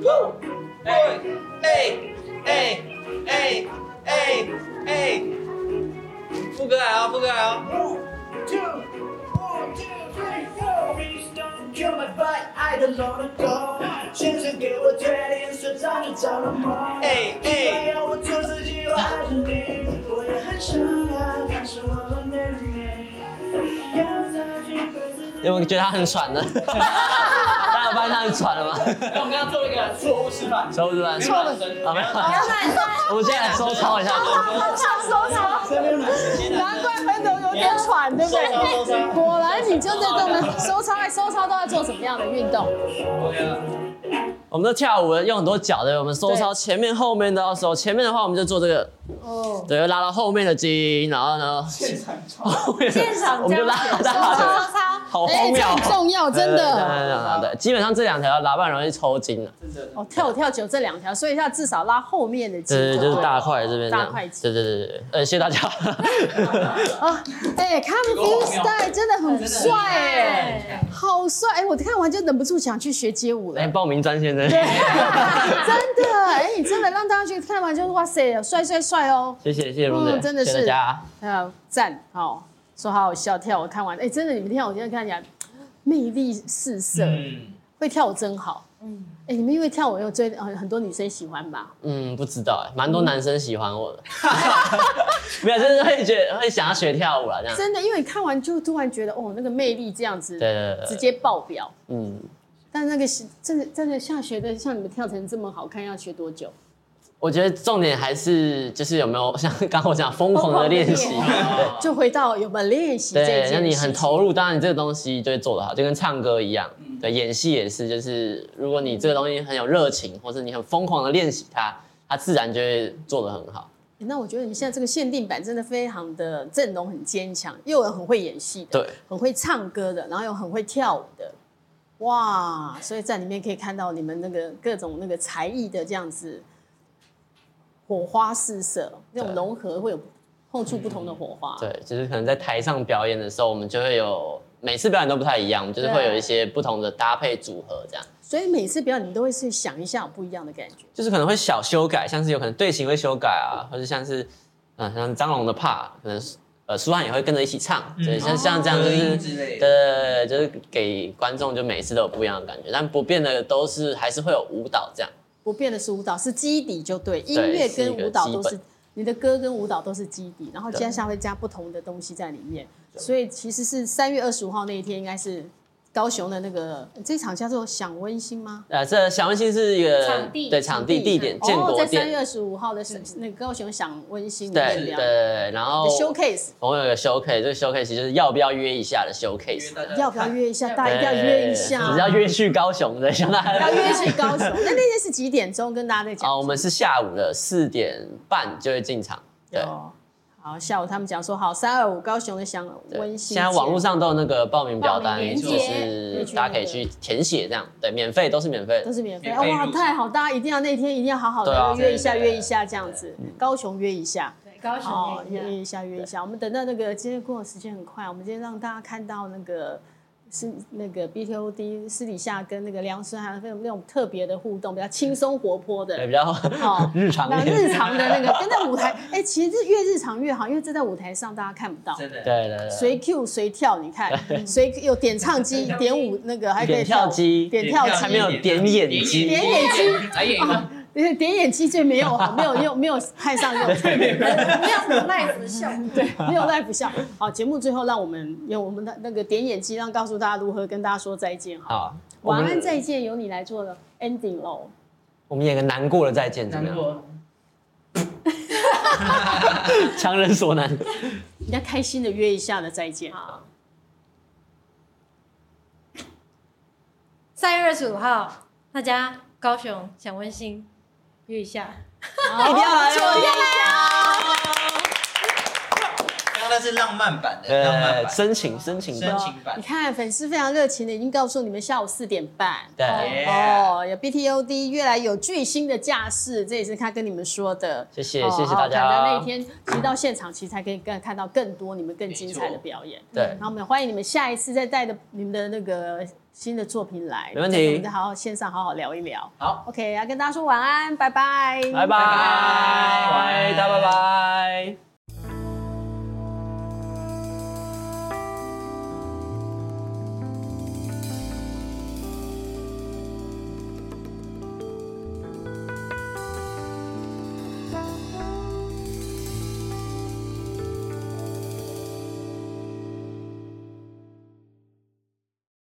[SPEAKER 3] Woo. 哎哎哎哎哎哎。副歌来哦，副歌来哦。哎哎。
[SPEAKER 1] 有没有觉得他很喘呢？大家发现他很喘了吗？
[SPEAKER 5] 那我们刚刚做了一个错误示范，
[SPEAKER 1] 收不出来，
[SPEAKER 5] 错了神
[SPEAKER 1] 好，没有。我们现在来收操一 下。
[SPEAKER 2] 收手，难怪分头有点喘，对不对？果然你就在动的收操，哎，收操都在做什么样的运动？
[SPEAKER 5] ，OK 了。
[SPEAKER 1] 我们都跳舞用很多脚的，我们收操前面后面都要收。前面的话，我们就做这个，
[SPEAKER 2] 哦，
[SPEAKER 1] 对，拉到后面的筋，然后呢，
[SPEAKER 5] 现场操，
[SPEAKER 1] 后面的
[SPEAKER 4] 现场
[SPEAKER 1] 我们就拉
[SPEAKER 4] 教学
[SPEAKER 1] 大腿，
[SPEAKER 4] 收操
[SPEAKER 1] 好
[SPEAKER 2] 哎，
[SPEAKER 1] 荒
[SPEAKER 2] 这
[SPEAKER 1] 谬
[SPEAKER 2] 很
[SPEAKER 1] 哦，
[SPEAKER 2] 重要，真的。
[SPEAKER 1] 对对对对对，基本上这两条拉不然容易抽筋了。
[SPEAKER 5] 真的。
[SPEAKER 2] 哦，跳舞跳久这两条，所以要至少拉后面的筋。
[SPEAKER 1] 对对，就
[SPEAKER 2] 对不
[SPEAKER 1] 是
[SPEAKER 2] 对
[SPEAKER 1] 大块这边这样。
[SPEAKER 2] 大块
[SPEAKER 1] 对对对对对，呃，谢谢大 家。
[SPEAKER 2] 啊，哎，看 f
[SPEAKER 5] 有
[SPEAKER 2] i
[SPEAKER 5] 个
[SPEAKER 2] s
[SPEAKER 5] 黄
[SPEAKER 2] t y 真的很帅哎，
[SPEAKER 4] 哎，
[SPEAKER 2] 好帅哎！我看完就忍不住想去学街舞了
[SPEAKER 1] 来。哎报名专线的，
[SPEAKER 2] 真的，哎，你真的让大家去看完就是哇塞，帅帅帅哦，
[SPEAKER 1] 谢谢谢谢荣姐，
[SPEAKER 2] 嗯真的是
[SPEAKER 1] 谢谢大家。
[SPEAKER 2] 呃，赞，好、说好好笑，跳舞看完，哎，真的，你们跳舞真的看起来魅力四射，
[SPEAKER 3] 嗯，
[SPEAKER 2] 会跳舞真好，嗯，哎，你们因为跳舞有追呃很多女生喜欢吧？
[SPEAKER 1] 嗯，不知道哎，蛮多男生喜欢我 的，没有，就是会觉得会想要学跳舞啦，这样。
[SPEAKER 2] 真的，因为你看完就突然觉得哦，那个魅力这样子，
[SPEAKER 1] 对对对对，
[SPEAKER 2] 直接爆表。
[SPEAKER 1] 嗯，
[SPEAKER 2] 但那个是真的真的下学的，像你们跳成这么好看，要学多久？
[SPEAKER 1] 我觉得重点还是就是有没有像 刚刚我讲疯狂的练习
[SPEAKER 2] 疯，狂就回到有没有练习这件
[SPEAKER 1] 哦对，
[SPEAKER 2] 事
[SPEAKER 1] 那
[SPEAKER 2] 情。
[SPEAKER 1] 你很投入，当然你这个东西就会做得好，就跟唱歌一样，对，演戏也是，就是如果你这个东西很有热情，或者你很疯狂的练习它，它自然就会做得很好。
[SPEAKER 2] 哎那我觉得你们现在这个限定版真的非常的阵容很坚强，又有很会演戏的，
[SPEAKER 1] 对，
[SPEAKER 2] 很会唱歌的，然后又很会跳舞的，哇！所以在里面可以看到你们那个各种那个才艺的这样子火花四射，那种
[SPEAKER 1] 对
[SPEAKER 2] 融合会有碰触不同的火花。
[SPEAKER 1] 对，就是可能在台上表演的时候，我们就会有每次表演都不太一样，我们就是会有一些不同的搭配组合这样。
[SPEAKER 2] 所以每次表演你们都会去想一下有不一样的感觉。
[SPEAKER 1] 就是可能会小修改，像是有可能队形会修改啊，或者像是嗯、呃像张龙的怕，可能是呃舒翰也会跟着一起唱，对，像像这样就
[SPEAKER 3] 合
[SPEAKER 1] 是
[SPEAKER 3] 音之类
[SPEAKER 1] 对对
[SPEAKER 3] 的。
[SPEAKER 1] 对，对就是给观众就每次都有不一样的感觉，但不变的都是还是会有舞蹈这样，
[SPEAKER 2] 不变的是舞蹈，是基底就对，音乐
[SPEAKER 1] 是
[SPEAKER 2] 跟
[SPEAKER 1] 一个
[SPEAKER 2] 舞蹈
[SPEAKER 1] 基
[SPEAKER 2] 都
[SPEAKER 1] 本
[SPEAKER 2] 是你的歌跟舞蹈都是基底，然后
[SPEAKER 1] 对
[SPEAKER 2] 接下来会加不同的东西在里面，所以其实是三月二十五号那一天应该是高雄的那个这场叫做“想温馨”吗？
[SPEAKER 1] 呃，这小温馨是一个
[SPEAKER 4] 场地
[SPEAKER 1] 对场地
[SPEAKER 2] 场地
[SPEAKER 1] 地点建
[SPEAKER 2] 哦，
[SPEAKER 1] 国
[SPEAKER 2] 在三月
[SPEAKER 1] 店，
[SPEAKER 2] 二十五号的是那个高雄“想温馨”的
[SPEAKER 1] 对对
[SPEAKER 2] 面料
[SPEAKER 1] 对，然后
[SPEAKER 2] showcase，
[SPEAKER 1] 我们有个 showcase，这个 showcase 就是要不要约一下的 showcase，
[SPEAKER 5] 大
[SPEAKER 2] 要不要约一下？大家一
[SPEAKER 1] 对
[SPEAKER 2] 定要约一下，
[SPEAKER 1] 只要约去高雄的，想大家
[SPEAKER 2] 要约去高雄。那那天是几点钟？跟大家再讲。
[SPEAKER 1] 啊，我们是下午的四点半就会进场，对。
[SPEAKER 2] 有。好，下午他们讲说好，三二五高雄的想
[SPEAKER 1] 对
[SPEAKER 2] 温馨节。
[SPEAKER 1] 现在网络上都有那个报名表单
[SPEAKER 4] 报，名链
[SPEAKER 1] 就
[SPEAKER 4] 接
[SPEAKER 1] 是
[SPEAKER 2] 对去
[SPEAKER 1] 大
[SPEAKER 2] 那
[SPEAKER 1] 家可以
[SPEAKER 2] 个
[SPEAKER 1] 去填写，这样对，免费都是免费
[SPEAKER 2] 都
[SPEAKER 1] 的。
[SPEAKER 2] 是免费。
[SPEAKER 5] 免
[SPEAKER 2] 哦
[SPEAKER 5] 费
[SPEAKER 2] 哇，
[SPEAKER 5] 入场
[SPEAKER 2] 太好，大家一定要那天一定要好好
[SPEAKER 1] 对啊嗯
[SPEAKER 2] 的约一下，
[SPEAKER 3] 对对对
[SPEAKER 2] 约一下这样子。高雄约一下，
[SPEAKER 4] 对高
[SPEAKER 2] 哦
[SPEAKER 4] 雄，
[SPEAKER 2] 约
[SPEAKER 4] 也一样
[SPEAKER 2] 一下，约一下。我们等到那个今天过的时间很快，我们今天让大家看到那个是那个 BTOD 私底下跟那个梁诗涵那种那种特别的互动，比较轻松活泼的，
[SPEAKER 1] 对，比较
[SPEAKER 2] 好
[SPEAKER 1] 日常
[SPEAKER 2] 那
[SPEAKER 1] 一点。
[SPEAKER 2] 日常的 那个，跟在舞台，哎、其实越日常越好，因为这在舞台上大家看不到，
[SPEAKER 3] 真的，
[SPEAKER 1] 对对对，
[SPEAKER 2] 随 Q 随跳，你看，随有点唱机、点舞那个，还可以
[SPEAKER 1] 点跳机
[SPEAKER 2] 点跳
[SPEAKER 1] 还
[SPEAKER 2] 机
[SPEAKER 1] 没有点眼睛，
[SPEAKER 2] 点眼睛，
[SPEAKER 5] 来演一个，
[SPEAKER 2] 点点眼机最没有好，没有用，没有派上用场，没有
[SPEAKER 4] 没有什么 nice 的效果。对，
[SPEAKER 2] 没有 live 笑。好，节目最后让我们用我们的那个点眼机，让告诉大家如何跟大家说再见。好，
[SPEAKER 1] 好，我
[SPEAKER 2] 晚安
[SPEAKER 1] 们
[SPEAKER 2] 再见，由你来做了 ending 喽。
[SPEAKER 1] 我们演个难过的再见怎么
[SPEAKER 5] 难
[SPEAKER 1] 样？
[SPEAKER 5] 过，
[SPEAKER 1] 强人所难。
[SPEAKER 2] 人家开心的约一下的再见。
[SPEAKER 4] 好。三月二十五号，大家高雄想温馨约一下。
[SPEAKER 2] 一定要来哦！
[SPEAKER 3] 刚刚那是浪漫版的，浪漫
[SPEAKER 1] 呃，
[SPEAKER 3] 版，
[SPEAKER 1] 深情深情
[SPEAKER 3] 深
[SPEAKER 1] 版，
[SPEAKER 3] 情版
[SPEAKER 2] 你，看粉丝非常热情的，已经告诉你们下午四点半。
[SPEAKER 1] 对，
[SPEAKER 3] Yeah
[SPEAKER 2] 哦，有 BTOD 越来有巨星的架势，这也是他跟你们说的。
[SPEAKER 1] 谢谢
[SPEAKER 2] 哦
[SPEAKER 1] 谢谢大家
[SPEAKER 2] 好感到那一天其实到现场，其实才可以更看到更多你们更精彩的表演。
[SPEAKER 1] 对
[SPEAKER 2] 然后我们欢迎你们下一次再带着你们的那个新的作品来，
[SPEAKER 1] 没问题
[SPEAKER 2] 我们再好好线上好好聊一聊。
[SPEAKER 3] 好
[SPEAKER 2] ，OK，要跟大家说晚安，拜拜，
[SPEAKER 1] 拜拜，
[SPEAKER 3] 拜
[SPEAKER 1] 大家拜拜。